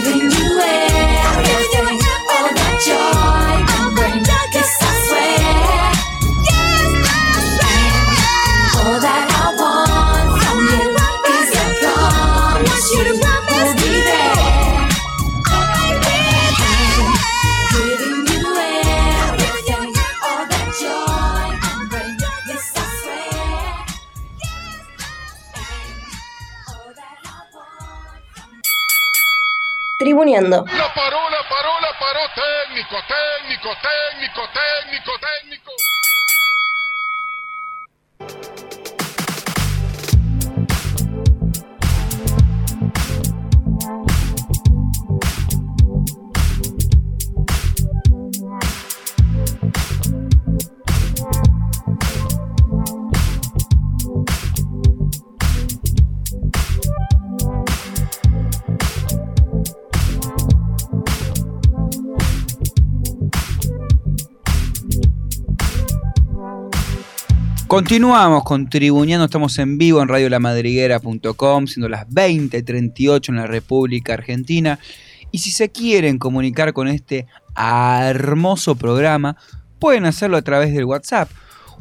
there. Always be Giving you it. I'm giving you it. All that joy. All that joy. Yes, I swear. Yes, I swear. All that I want from you is your promise. You promise be there. Always be there. Giving you it. I'm giving you it. All that joy. All that joy. Yes, I swear. Tribuneando. Continuamos con Tribuneando, estamos en vivo en radiolamadriguera.com, siendo las 20.38 en la República Argentina. Y si se quieren comunicar con este hermoso programa, pueden hacerlo a través del WhatsApp,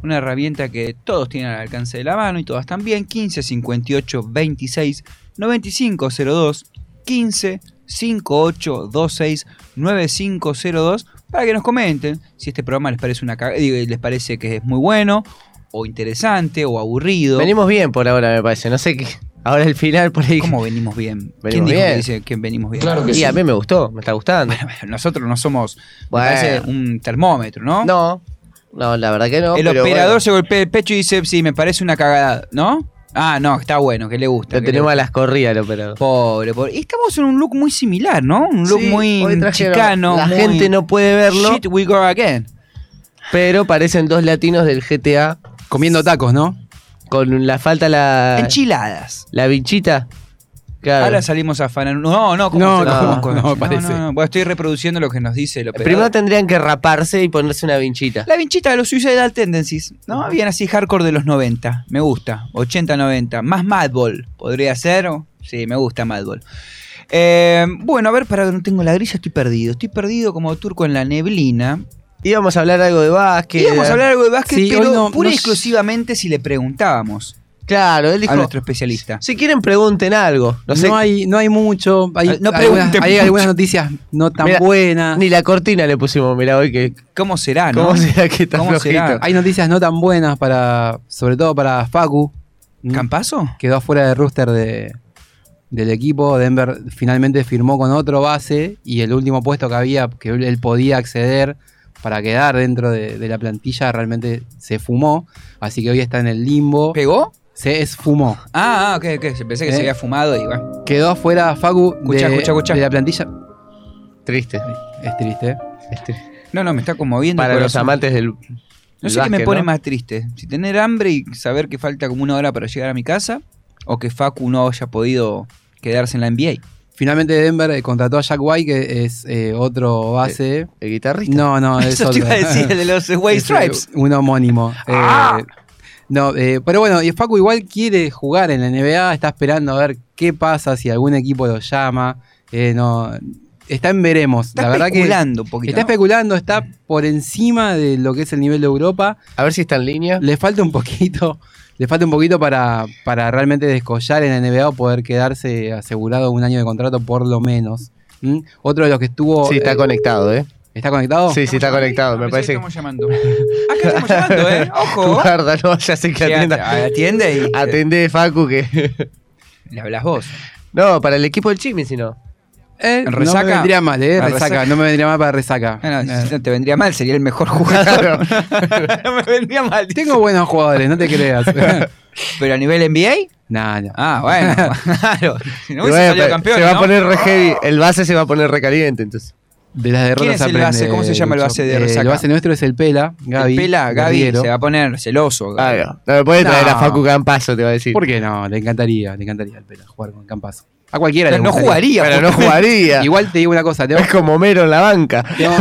una herramienta que todos tienen al alcance de la mano y todas también, 15 58 26 95 02 15 58 26 9502 para que nos comenten si este programa les parece una caga- digo, les parece que es muy bueno o interesante o aburrido. Venimos bien por ahora, me parece. No sé qué. Ahora el final por ahí. ¿Cómo venimos bien? ¿Venimos dijo que bien? dice que venimos bien? Claro que Y sí. a mí me gustó, me está gustando. nosotros no somos me Bueno. parece, un termómetro, ¿no? No, no, la verdad que no. El pero operador bueno. se golpea el pecho y dice, sí, me parece una cagada, ¿no? Ah, no, está bueno, que le gusta. Lo que tenemos le a las corridas, el operador. Pobre, pobre. Y estamos en un look muy similar, ¿no? Un look Sí, muy hoy trajeron- chicano. La muy- gente no puede verlo. Shit, we go again. Pero parecen dos latinos del GTA. Comiendo tacos, ¿no? Con la falta la. Enchiladas. La vinchita. Claro. Ahora salimos a afanar. No, no, No, se- no, no, parece. no. Bueno, estoy reproduciendo lo que nos dice el operador. Primero tendrían que raparse y ponerse una vinchita. La vinchita de los Suicidal Tendencies, ¿no? Bien así hardcore de los 90, me gusta. 80-90, más Madball, podría ser. o- Sí, me gusta Madball. Eh, bueno, a ver, para que no tengo la grilla, estoy perdido. Estoy perdido como turco en la neblina. Íbamos a hablar algo de básquet. Íbamos a hablar algo de básquet, Sí, pero hoy no- pura y no- exclusivamente si le preguntábamos. Claro, él dijo- A nuestro especialista. Si quieren, pregunten algo. No, No, sé. hay, no hay mucho. Hay, No algunas, pregunten hay mucho. algunas noticias no tan Mirá, buenas. Ni la cortina le pusimos, mirá hoy que. ¿Cómo será, Ah, no? ¿Cómo será que está ¿Cómo será? flojito? Hay noticias no tan buenas para. Sobre todo para Facu. Mm. ¿Campazo? Quedó afuera de rooster de, del equipo. Denver finalmente firmó con otro base. Y el último puesto que había, que él podía acceder para quedar dentro de, de la plantilla, realmente se fumó. Así que hoy está en el limbo. ¿Pegó? Se esfumó. Ah, ah, ok, ok. Pensé que Eh. se había fumado y bueno. Quedó afuera Facu Escuchá, de, escuchá, escuchá. de la plantilla. Triste. Es triste. No, no, me está conmoviendo. el Para los corazón. amantes del. No del sé qué me básquet, pone ¿no? más triste. Si tener hambre y saber que falta como una hora para llegar a mi casa, o que Facu no haya podido quedarse en la NBA. Finalmente Denver eh, contrató a Jack White, que es eh, otro base. ¿El, guitarrista? No, [laughs] no, es Eso otro. te iba a decir, el de los White Es, eh, Stripes. Ah. Un [laughs] homónimo. Eh, no, eh, pero bueno, y Facu igual quiere jugar en la NBA, está esperando a ver qué pasa, si algún equipo lo llama. eh, no, está en veremos. Está la verdad que especulando un poquito, Está ¿no? especulando, está por encima de lo que es el nivel de Europa. A ver si está en línea. Le falta un poquito. Le falta un poquito para, para realmente descollar en la NBA o poder quedarse asegurado un año de contrato por lo menos. ¿Mm? Otro de los que estuvo. Sí, está conectado, ¿eh? ¿Está conectado? Sí, sí, está conectado. Me parece. Estamos llamando. [laughs] Acá estamos llamando, ¿eh? Ojo. [laughs] Guarda, no vaya a ser que Sí, atienda. at- atiende y- Atendé, Facu, que. Le hablas vos. No, para el equipo del Chimi, si no. Eh, No me vendría mal, ¿eh? Resaca. No me vendría mal para resaca. No, no, si no te vendría mal, sería [laughs] el mejor jugador. no me vendría mal. Tengo buenos jugadores, no te [laughs] creas. ¿Pero a nivel NBA? No, no. Ah, [laughs] bueno. claro. Si no Y hubiese bueno, salido pero campeón, se va ¿no? Ah. a poner re heavy. El base se va a poner recaliente, entonces. De las derrotas ¿Quién es el aprende, base? ¿Cómo se llama el Lucho. base de Eh, el Resaca? base nuestro es el Pela, Gaby. Ah, El Pela, Gaby, Guerriero. se va a poner celoso. Gaby. Ah, No me puede traer No. a Facu Campazo, te va a decir. ¿Por qué no? Le encantaría, le encantaría al Pela jugar con Campazo. A cualquiera Pero le no gustaría. jugaría, Pero no porque- jugaría. [laughs] Igual te digo una cosa, tengo, Es como Mero en la banca. tengo,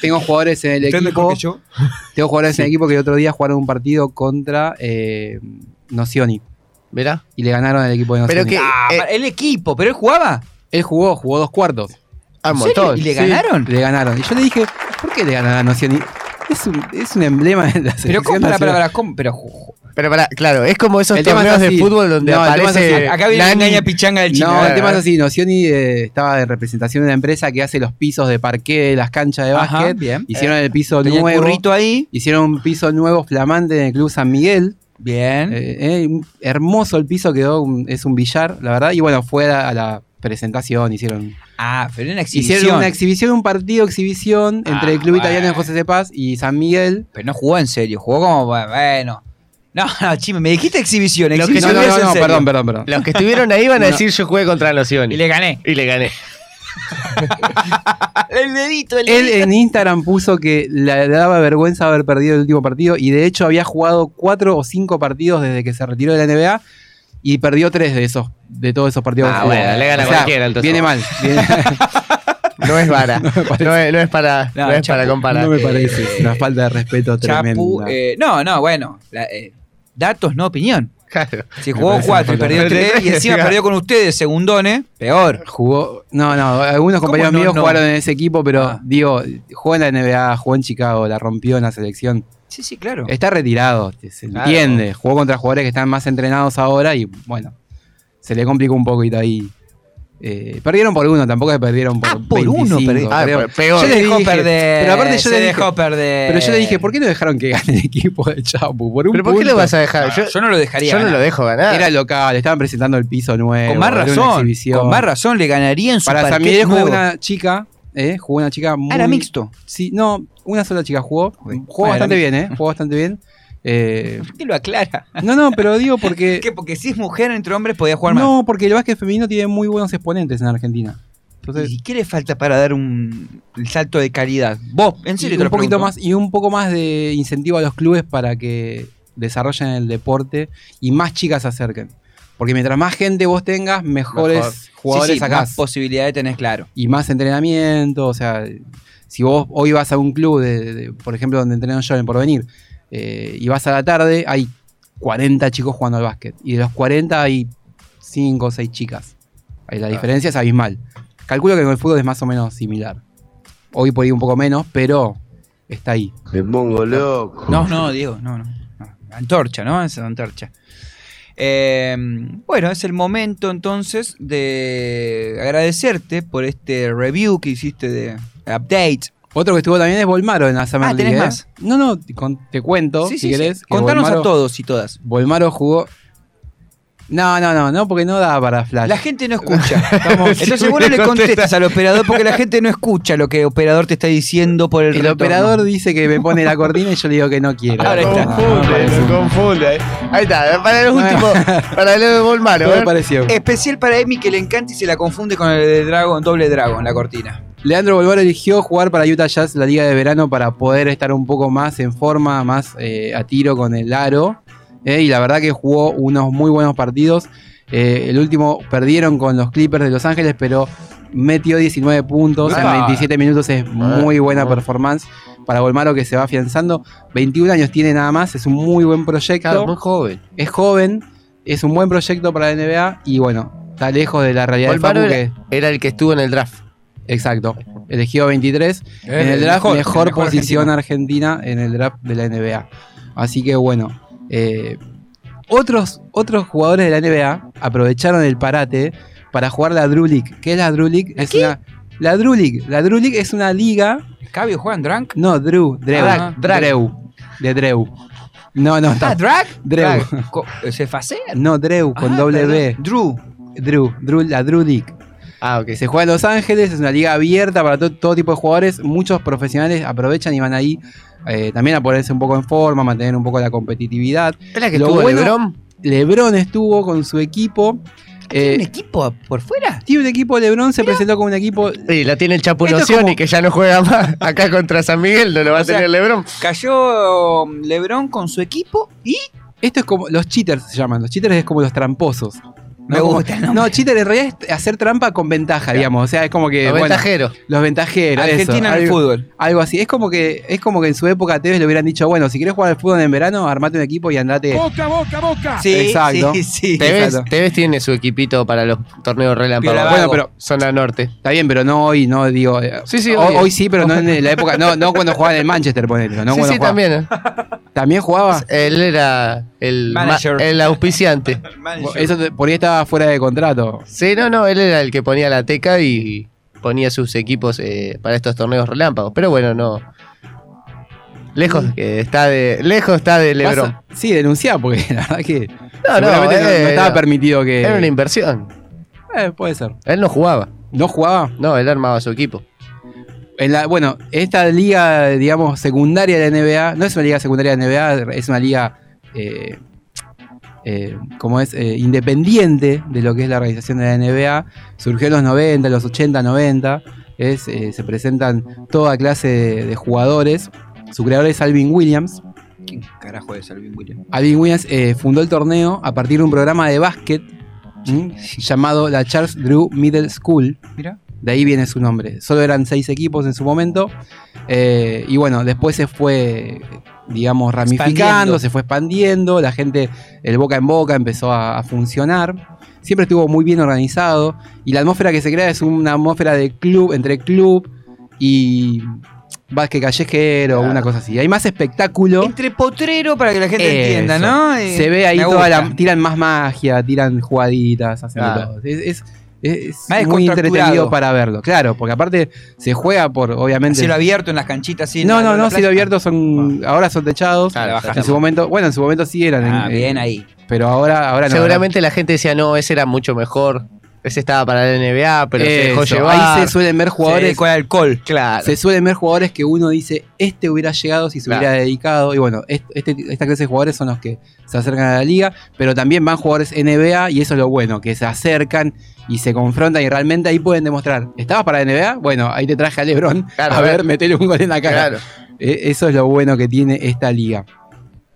tengo jugadores en el ¿Ustedes equipo. mejor que yo? [laughs] Tengo jugadores en el equipo que el otro día jugaron un partido contra eh, Nocioni. ¿Verá? Y le ganaron al equipo de Nocioni. Pero que, Ah, eh, para- el equipo, pero él jugaba. Él jugó, jugó dos cuartos. Ah, un ¿En serio? montón. ¿Y le Sí. ganaron? Le ganaron. Y yo le dije, ¿por qué le ganaron a Nocioni? Es un, es un emblema de la Pero selección. ¿cómo? Para, para, nacional. para, ¿cómo? Pero ju- Pero pará, claro, es como esos El tema torneos es de así. fútbol donde No, el tema es aparece. así. acá viene Nani. una engaña pichanga del chino. No, el tema es así, Nocioni eh, estaba en representación de una empresa que hace los pisos de parqué de las canchas de Ajá, básquet. bien. Hicieron el piso Tenía el nuevo. currito ahí. Hicieron un piso nuevo flamante en el Club San Miguel. Eh, Bien. hermoso el piso quedó, un- es un billar, la verdad. Y bueno, fue a, a la presentación, hicieron. Ah, pero era una exhibición. Hicieron una exhibición, un partido exhibición entre Ah, el Club Italiano de bueno. José de Paz y San Miguel. Pero no jugó en serio, jugó como, bueno. No, no, chime, me dijiste exhibición, Los que exhibición. no, no, es en no, serio. perdón, perdón, perdón. Los que estuvieron ahí van a No. decir: Yo jugué contra los Ionis. Y le gané. Y le gané. El dedito, el Él en Instagram puso que le daba vergüenza haber perdido el último partido y de hecho había jugado cuatro o cinco partidos desde que se retiró de la NBA y perdió tres de esos, de todos esos partidos. Ah, que jugó. bueno, le gana O sea, cualquiera, entonces. Viene mal. viene- [laughs] No es [laughs] vara. no, es, no es para, no, No, es chapu, para comparar. no me parece, es una falta de respeto tremenda. Chapu, eh, no, no, bueno. la- eh, datos, no opinión. Claro. Si jugó parece cuatro y una falta perdió de tres, y respeto. encima perdió con ustedes, segundones, peor. Jugó, no, no, algunos ¿Cómo compañeros no, míos no? Ah. jugaron en ese equipo, pero digo, jugó en la NBA, jugó en Chicago, la rompió en la selección. Sí, sí, claro. Está retirado, se Claro. entiende. Jugó contra jugadores que están más entrenados ahora y bueno, se le complicó un poquito ahí. Eh, perdieron por uno, tampoco se perdieron por, por uno 25, perdi- Ah, perdieron. pe- peor. Se Yo le dejó dije- perder. pero aparte yo se le dije- dejó perder. Pero yo le dije, ¿por qué no dejaron que gane el equipo de Chapu? Por un ¿Pero por qué punto. lo vas a dejar? Yo, Yo, no lo dejaría. yo no ganar. lo dejo ganar. Era local, estaban presentando el piso nuevo. Con más era una razón. exhibición. Con más razón le ganaría en su Para San parquet Miguel jugó nuevo. una chica, ¿eh? Jugó una chica muy. Ah, era mixto. Sí, no, una sola chica jugó. Jugó Ah, era bastante mixto. bien, ¿eh? Jugó bastante bien. Eh, ¿Por qué lo aclara? no, no, pero digo porque. [laughs] ¿Qué? Porque si es mujer entre hombres podía jugar más. no, porque el básquet femenino tiene muy buenos exponentes en Argentina. Entonces, ¿Y qué le falta para dar un el salto de calidad? Vos, en serio, y un te lo poquito pregunto. más y un poco más de incentivo a los clubes para que desarrollen el deporte y más chicas se acerquen. Porque mientras más gente vos tengas, mejores Mejor. jugadores sí, sí, sacás. Más posibilidades tenés, claro. y más entrenamiento. O sea, si vos hoy vas a un club, de, de- por ejemplo, donde entreno yo en Porvenir, eh, y vas a la tarde, hay 40 chicos jugando al básquet. Y de los 40 hay 5 o 6 chicas. Ahí La diferencia es abismal. Calculo que con el fútbol es más o menos similar. Hoy por ahí un poco menos, pero está ahí. Me pongo loco. No, no, Diego, no, no. no. Antorcha, ¿no? Es antorcha. Eh, bueno, es el momento entonces de agradecerte por este review que hiciste de update. Otro que estuvo también es Volmaro en la Summer Ah, ¿tenés League, ¿eh? más? No, no, te con- te cuento, Sí, si sí, sí. querés. que Contanos Volmaro- a todos y todas. Volmaro jugó. No, no, no, no, porque no da para flash. La gente no escucha. [laughs] Estamos- Sí, Entonces vos no me le contesta. contestas al operador porque la gente no escucha lo que el operador te está diciendo por el El retorno. operador dice que me pone la cortina y yo le digo que no quiero. Ahora No, está. no me Confunde, pareció. lo confunde. Ahí está, para el [laughs] último, para el de Volmaro. No a me ver. pareció. ¿eh? Especial para Emi que le encanta y se la confunde con el de Dragon, doble Dragon, la cortina. Leandro Bolvar eligió jugar para Utah Jazz la liga de verano para poder estar un poco más en forma, más eh, a tiro con el aro. Eh, y la verdad que jugó unos muy buenos partidos. Eh, el último perdieron con los Clippers de Los Ángeles, pero metió 19 puntos en Ah. 27 minutos. Es muy buena performance para Volmaro que se va afianzando. 21 años tiene nada más, es un muy buen proyecto. Claro, muy joven. es joven, es un buen proyecto para la NBA y bueno, está lejos de la realidad Volmaro de Facu era, era el que estuvo en el draft. que- Exacto. Elegido 23 Eh, en el el draft, mejor, mejor, el mejor posición argentina en el draft de la NBA. Así que bueno, eh, otros, otros jugadores de la NBA aprovecharon el parate para jugar la Drew League. ¿Qué es la Drew League? Es una, la Drew League. La Drew League es una liga ¿Cabio juega en Drunk? no, Drew, Drew. Drag, drag. Drew. De Drew. No, no, Ah, está. Drag. Drew. Drag. Co- ¿Se facea? No, Drew, con Ah, doble B. perdón. Drew. Drew, Drew, la Drew League. Ah, ok. que se juega en Los Ángeles, es una liga abierta para to- todo tipo de jugadores. Muchos profesionales aprovechan y van ahí eh, también a ponerse un poco en forma, mantener un poco la competitividad. ¿Es la que Lo estuvo bueno- LeBron? Lebron estuvo con su equipo. ¿Tiene un equipo por fuera? Tiene un equipo, LeBron se presentó con un equipo. Sí, la tiene el Esto es Chapuloción como- y que ya no juega más [laughs] acá contra San Miguel, no lo va a O sea, tener Lebron. Cayó Lebron con su equipo y. Esto es como. Los cheaters se llaman. Los cheaters es como los tramposos. Me Como- gusta el No, cheater en realidad es hacer trampa con ventaja, digamos. O sea, es como que. Los bueno, ventajeros. Los ventajeros. Argentina eso, en el algo- fútbol. Algo así. Es como que es como que en su época a Tevez le hubieran dicho, bueno, si querés jugar al fútbol en verano, armate un equipo y andate. Boca, boca, boca. Exacto. Tevez, Exacto. Tevez tiene su equipito para los torneos relámpagos. Piola Bueno, Vago. pero zona norte. Está bien, pero no hoy, no digo. eh, Sí, sí, ho- obvio. hoy, sí, pero [laughs] no en la época. No, no cuando jugaba en el Manchester, ponele. No sí, cuando sí, jugaba- también. eh. ¿También jugaba? Él era el, ma- Manager. el auspiciante. Eso te- por ahí estaba fuera de contrato. Sí, no, no, él era el que ponía la teca y ponía sus equipos eh, para estos torneos relámpagos. Pero bueno, no. Lejos que está de. Lejos está de Lebron. Pasa- Sí, denunciar, porque [laughs] la verdad que. No, no, seguramente no, eh, no estaba no. permitido que. Era una inversión. Eh, puede ser. Él no jugaba. ¿No jugaba? No, él armaba su equipo. En la- bueno, esta liga, digamos, secundaria de la NBA, no es una liga secundaria de la NBA, es una liga, eh, eh, como es, eh, independiente de lo que es la organización de la NBA. Surgió en los 90, los 80, 90. Es, eh, se presentan toda clase de, de jugadores. Su creador es Alvin Williams. ¿Quién carajo es Alvin Williams? Alvin Williams eh, fundó el torneo a partir de un programa de básquet ¿m? llamado la Charles Drew Middle School. Mira. De ahí viene su nombre. Solo eran seis equipos en su momento. eh, y bueno, después se fue, digamos, ramificando, Expandiendo. se fue expandiendo. La gente, el boca en boca, empezó a, a funcionar. Siempre estuvo muy bien organizado. Y la atmósfera que se crea es una atmósfera de club, entre club y básquet callejero, una cosa así. Hay más espectáculo. Entre potrero para que la gente Eso. entienda, ¿no? Eh, se ve ahí me toda la. gusta. Tiran más magia, tiran jugaditas, hacen de Claro. todo. Es, es- es Más muy descontracturado. entretenido para verlo, claro, porque aparte se juega por, obviamente. Cielo abierto en las canchitas, sí. no, en la- no, en la no, playa. cielo abierto son. Ahora son techados. Claro, en bajaron. su momento, bueno, en su momento sí eran. en- Ah, en- bien ahí. Pero ahora, ahora no. Seguramente la gente decía, no, ese era mucho mejor. Ese estaba para la NBA, Eh, pero se dejó Eso, llevar. Ahí se suelen ver Se jugadores. dedicó al alcohol, claro. Se suelen ver jugadores que uno dice, este hubiera llegado si se Claro. hubiera dedicado. Y bueno, est- este, esta clase de jugadores son los que se acercan a la liga, pero también van jugadores NBA y eso es lo bueno, que se acercan y se confrontan y realmente ahí pueden demostrar, ¿estabas para la NBA? Bueno, ahí te traje a Lebron. Claro, a a ver, ver. metele un gol en la cara. Claro. Eh, eso es lo bueno que tiene esta liga.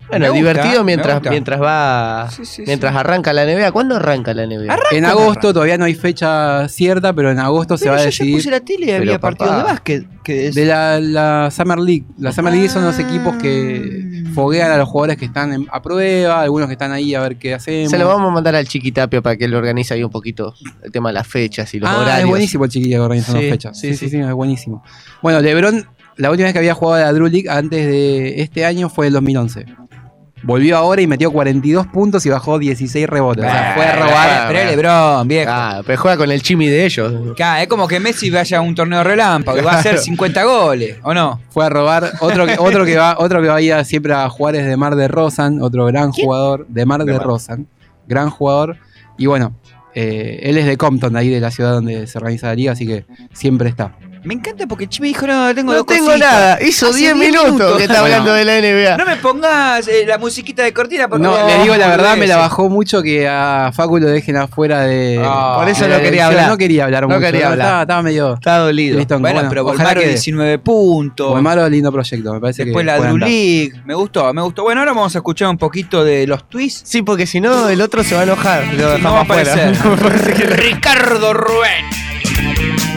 Bueno, Me gusta, divertido me mientras, gusta. mientras va. mientras arranca la NBA. ¿Cuándo arranca la NBA? en agosto todavía no hay fecha cierta, pero en agosto se Pero va a yo decidir. ya puse la tele y Pero, había partidos de papá. básquet. Que es- De la, la Summer League. La Summer League son los equipos que foguean a los jugadores que están en- a prueba, algunos que están ahí a ver qué hacemos. Se lo vamos a mandar al Chiquitapio para que él organice ahí un poquito el tema de las fechas y los Ah, horarios. es buenísimo el chiquillo que organiza Sí, las fechas. sí, Sí sí, sí, es buenísimo. Bueno, LeBron, la última vez que había jugado a la Drew League antes de este año fue el 2011. Volvió ahora y metió 42 puntos y bajó 16 rebotes. o sea, fue a robar. Pero es LeBron, viejo. Ah, pero juega con el chimi de ellos. Claro, es como que Messi vaya a un torneo relámpago y va a hacer Claro. 50 goles, ¿o no? Fue a robar. Otro que, otro que va, otro que va a ir a- siempre a jugar es de Mar de Rosan, otro gran jugador. De Mar de, De Mar. Rosan, gran jugador. Y bueno, eh, él es de Compton, ahí de la ciudad donde se organiza la liga, así que siempre está. [laughs] Me encanta porque Chimi dijo, no, tengo No dos tengo cositas. nada. Hizo Hace 10 minutos que está Bueno. hablando de la NBA. No me pongas eh, la musiquita de cortina porque... No, le digo la verdad, me la bajó mucho que a Facu lo dejen afuera de. Ah, por eso de no la quería elección. hablar. No quería hablar No mucho. quería hablar. Estaba, estaba medio. Está dolido. Tristón, Bueno, pero Bolmaro 19 puntos. Bolmaro, lindo proyecto, me parece Después que. Pues la puede Drew andar. League. Me gustó, me gustó. Bueno, ahora vamos a escuchar un poquito de los twists. Sí, porque si no, el otro se va a enojar. Lo no va a dejamos afuera. [laughs] aparecer. Ricardo Rubén.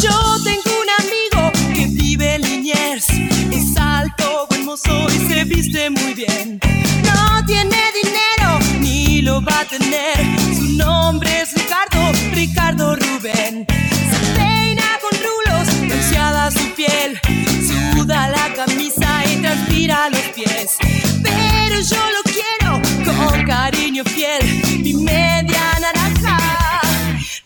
Yo tengo un amigo que vive en Liniers. Es alto, buen mozo y se viste muy bien. No tiene dinero ni lo va a tener. Su nombre es Ricardo, Ricardo Rubén. Se peina con rulos, bronceada su piel. Suda la camisa y transpira los pies. Pero yo lo quiero con cariño fiel. Mi media naranja,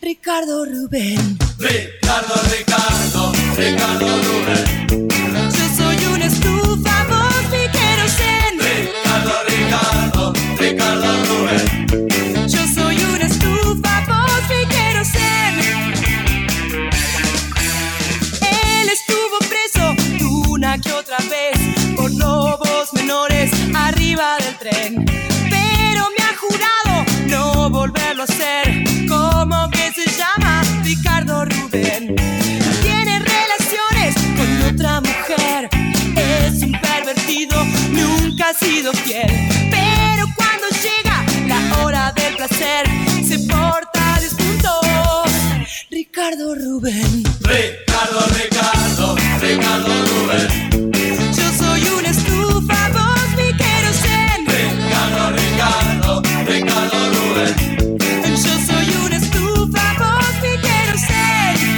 Ricardo Rubén. Ricardo, Ricardo, Ricardo Rubén. Yo soy una estufa, vos quiero ser. Ricardo, Ricardo, Ricardo Rubén. Yo soy una estufa, vos quiero ser. Él estuvo preso de una que otra poderlo hacer. ¿Cómo que se llama Ricardo Rubén? Tiene relaciones con otra mujer. Es un pervertido, nunca ha sido fiel. Pero cuando llega la hora del placer, se porta despunto. Ricardo Rubén. Ricardo, Ricardo, Ricardo Rubén. Yo soy una estufa, vos mi querosén. Ricardo, Ricardo, Ricardo Rubén. Yo soy una estufa, vos mi querosén.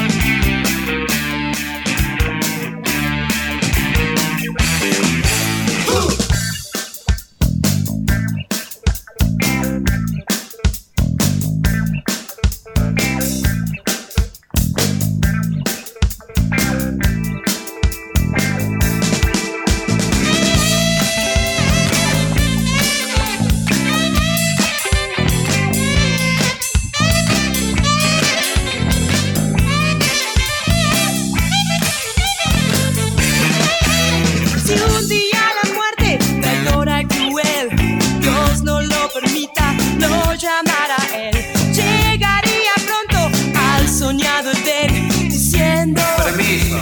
Si un día la muerte traidora y cruel, Dios no lo permita, lo llamará él. Llegaría pronto al soñado Edén, diciendo: Permiso.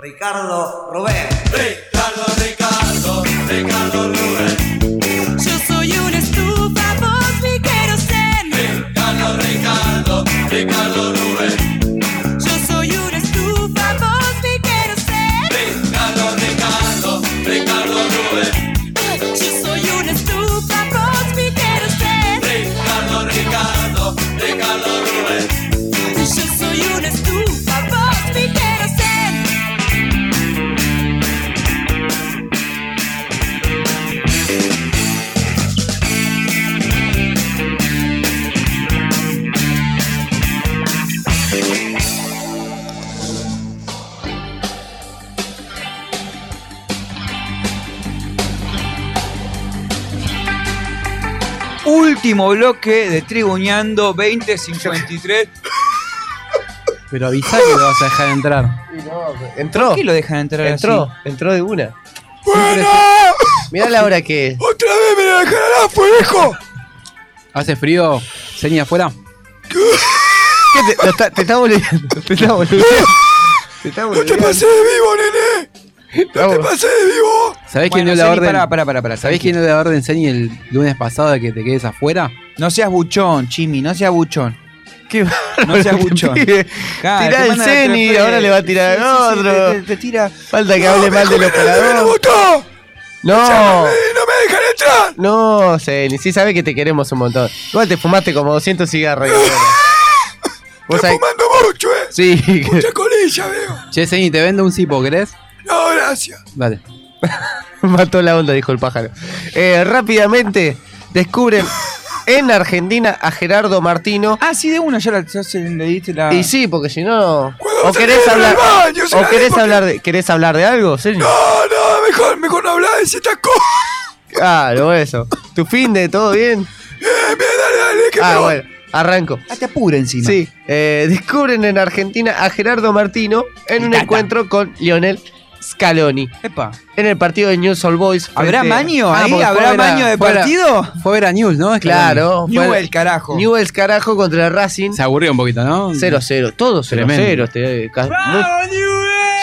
Ricardo Rubén. Ricardo, Ricardo, Ricardo Rubén. Yo soy una estufa, vos mi querosén. Ricardo, Ricardo, Ricardo Rubén. Yo soy una estufa, vos mi querosén. Ricardo, Ricardo, Ricardo Rubén. Yo soy una estufa, vos mi querosén. Ricardo, Ricardo, Ricardo Rubén. Yo soy una estufa, vos mi querosén. Último bloque de Tribuñando 2053. Pero avisa que lo vas a dejar entrar. Entró. ¿Por qué lo dejan entrar entró, así? Entró de una. Mirá la hora que [laughs] es. ¡Otra vez me la dejaron afuera, hijo! ¿Hace frío? ¿Seña afuera? ¿Qué te, lo está- te está boludeando? Te está boludeando. Te está boludeando. vivo, nene! No te pases de vivo! ¿Sabés quién Bueno, dio la Ceni, orden? pará, pará, pará, pará, ¿Sabés quién dio la orden, Seni, el lunes pasado de que te quedes afuera? No seas buchón, Chimi, no seas buchón. [laughs] No seas buchón. Pibe, Claro, tirá te el mandan a Ceni, tres ahora le va a tirar Sí, el sí, sí, otro. te- te- te tira. Falta que hable mal del operador. No, no me dejan entrar. No, Ceni, sí sabe que te queremos un montón. Igual te fumaste como 200 cigarros. [laughs] Vos Estoy fumando mucho, eh. Sí. Mucha colilla, veo. Che, Seni, te vendo un cipo, ¿querés? No, gracias. Vale. [laughs] Mató la onda, dijo el pájaro. Eh, rápidamente descubren en Argentina a Gerardo Martino. Ah, sí, de una ya, la- ya se- le diste la. Y sí, porque si no. O se querés quedaron hablar. al baño, se o la querés di hablar de. ¿Querés hablar de algo? No, Ah, no, mejor, mejor no hablar de estas cosas. Claro, eso. ¿Tu fin de todo bien? ah, bueno, arranco. Ah, te apura encima. Sí, eh, descubren en Argentina a Gerardo Martino en un encuentro con Lionel Scaloni. Epa. En el partido de News All Boys. ¿Habrá frente- maño Ah, ahí? porque ¿Habrá fue ver a- maño de fue a ver a- partido? Fue ver a News, ¿no? Claro. Newell, fue- carajo. Newell's carajo contra el Racing. Se aburrió un poquito, ¿no? 0-0. Todo 0-0. este, ca- muy-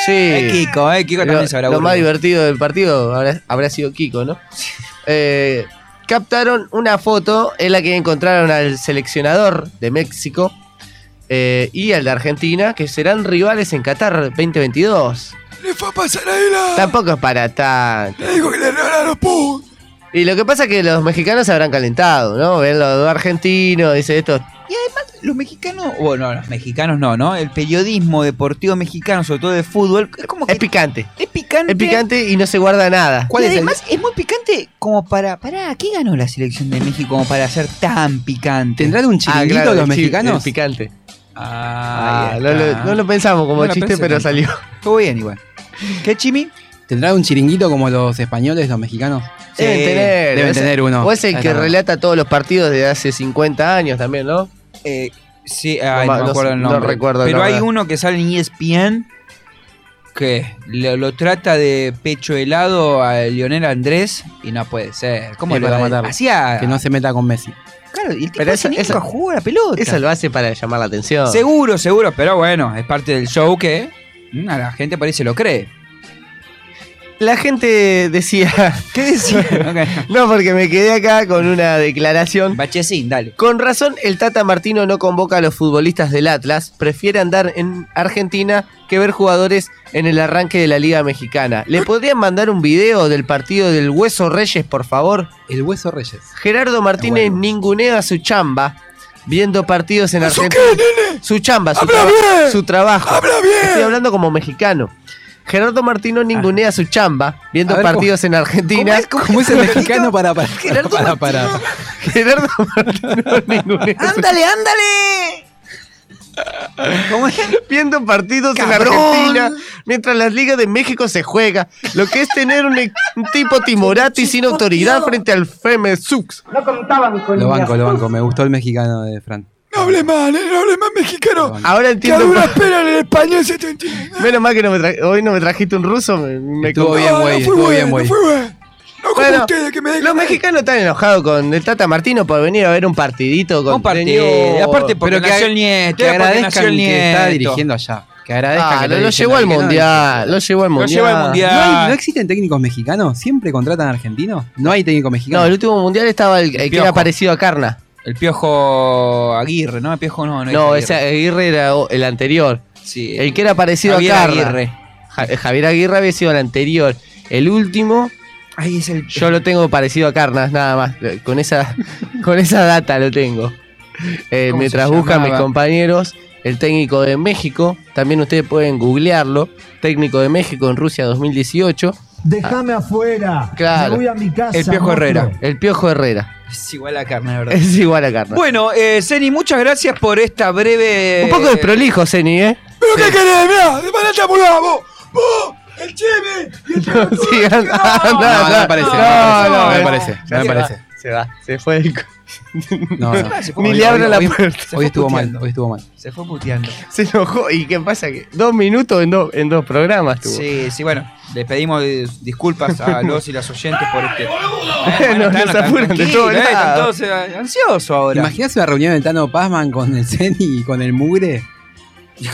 Sí. Kiko, eh, Kiko también lo, se habrá Lo más aburrido. divertido del partido habrá, habrá sido Kiko, ¿no? Eh, captaron una foto en la que encontraron al seleccionador de México eh, y al de Argentina, que serán rivales en Qatar 2022. Le fue a pasar ahí la. Tampoco es para tanto. Digo que le regalaron los puntos. Y lo que pasa es que los mexicanos se habrán calentado, ¿no? Ven los dos argentinos, dice esto. Y además, los mexicanos, bueno, los mexicanos no, ¿no? El periodismo deportivo mexicano, sobre todo de fútbol, es como que. Es picante. Es picante. Es picante y no se guarda nada. y además es Ah, muy picante como para. Pará, ¿qué ganó la selección de México como para ser tan picante? ¿Tendrán un chiringuito claro, los el chi- mexicanos? el picante. Ah, Ah, ahí no está. lo- no lo pensamos como No lo chiste, pensé pero tanto. salió. Estuvo bien igual. ¿Qué chimi? ¿Tendrán un chiringuito como los españoles, los mexicanos? Deben tener. Deben Ese- tener uno. O es el Ahí que está. relata todos los partidos de hace 50 años también, ¿no? Eh, Sí, No ay, no, ma- me no acuerdo sé, el no nombre. recuerdo el Pero hay nombre. uno que sale en E ESPN que lo, lo trata de pecho helado a Lionel Andrés y no puede ser. ¿Cómo Sí, le para va a- matarlo. Hacía Que no se meta con Messi. Claro, y el tipo Pero ese eso- nunca eso- jugó a la pelota. Eso lo hace para llamar la atención. Seguro, seguro, pero bueno, es parte del show que mm, a la gente parece lo cree. La gente decía. [laughs] ¿Qué [laughs] decía? no, porque me quedé acá con una declaración. Bachecín, dale. Con razón, el Tata Martino no convoca a los futbolistas del Atlas. Prefiere andar en Argentina que ver jugadores en el arranque de la Liga Mexicana. ¿Le podrían mandar un video del partido del Hueso Reyes, por favor? El Hueso Reyes. Gerardo Martínez ningunea su chamba viendo partidos en Argentina. Su chamba, su, traba- su trabajo. Estoy hablando como mexicano. Gerardo Martino ningunea su chamba viendo Ah. A ver, partidos en Argentina. ¿Cómo, es el mexicano para para Gerardo para, para. Gerardo [laughs] Martino ningunea su- ¡Ándale, ándale! Viendo partidos Cabrón. en Argentina mientras las ligas de México se juega. Lo que es tener un, e- un [laughs] tipo timorato y sin autoridad frente al Femesux. No contaban con Lo banco, lo banco. Me gustó el mexicano de Fran. No hable mal, eh, no hable mal mexicano. Ahora entiendo. Que duras penas en el español se te entiende. ¿eh? Menos mal que no me tra- hoy no me trajiste un ruso. Me, me Estuvo con- bien, güey, estuvo bien, güey. Bueno, los mexicanos están enojados con el Tata Martino por venir a ver un partidito con Un partido, aparte porque Pero que nació ag- el nieto, que era porque agradezcan nació el que nieto. está dirigiendo allá. Que agradezca Ah, que lo, está lo dirigiendo llevó al alguien, no mundial, lo llevó al mundial. ¿No, hay- no existen técnicos mexicanos? ¿Siempre contratan argentinos? No hay técnicos No, mexicanos. el último mundial estaba el, el que Piojo. era parecido a Carna. El piojo Aguirre, ¿no? El piojo no, no. es No, Aguirre. ese Aguirre era o- el anterior. Sí. El que era parecido Javier a Carla. Aguirre. Ja- eh, Javier Aguirre había sido el anterior. El último. es el. Yo lo tengo parecido a Carnas, nada más. Eh, Con esa, [laughs] con esa data lo tengo. Eh, ¿Cómo mientras se buscan mis llamaba? compañeros, el técnico de México. También ustedes pueden googlearlo. Técnico de México en Rusia 2018. Ah, Déjame afuera. Claro. Me voy a mi casa. El Piojo monstruo. Herrera. El Piojo Herrera. Es igual a carne, ¿verdad? [laughs] Es igual a Carnas. Bueno, eh, Zeni, muchas gracias por esta breve. Un poco de prolijo, Zeni, ¿eh? ¿Pero qué querés? Mirá, Oh, El chimi. No, [laughs] [laughs] sí, anda, anda, No, no, anda. eh. me parece, no me parece, no me parece, no me Se parece. va, Se va, se fue. el co- [laughs] [laughs] No, no. Ni Hoy- le abre hoy- la hoy- puerta. Hoy estuvo mal, hoy estuvo mal. Se fue puteando. Se enojó. ¿Y qué pasa? Que dos minutos en, dos- en dos programas tuvo. Sí, sí, bueno, le pedimos eh, disculpas [laughs] a los y las oyentes por este. Nos apuran de todo tranquilos, eh, lado. están todos, eh, ansiosos ahora. ¿Imaginás una reunión de Tano Pazman con el Zeni y con [laughs] el Mugre?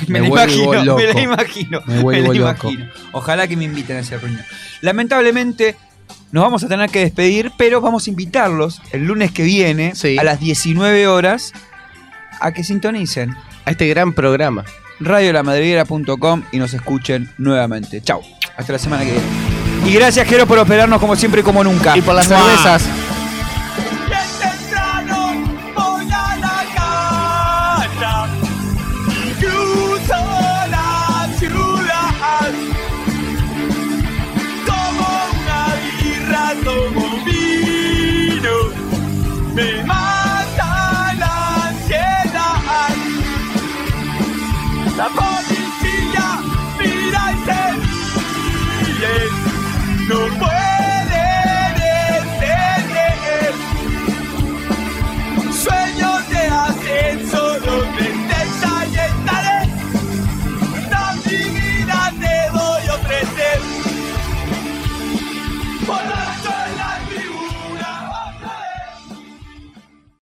me, la vuelvo imagino, me loco. la imagino. Me vuelvo la loco. imagino. Ojalá que me inviten a esa reunión. Lamentablemente, nos vamos a tener que despedir, pero vamos a invitarlos el lunes que viene, a las 19 horas, a que sintonicen a este gran programa. Radiolamadriguera.com y nos escuchen nuevamente. Chau. Hasta la semana que viene. Y gracias, Jero, por operarnos como siempre y como nunca. Y por las cervezas. Cruzo la ciudad Tomo una birra, tomo vino Me mata la ansiedad La voz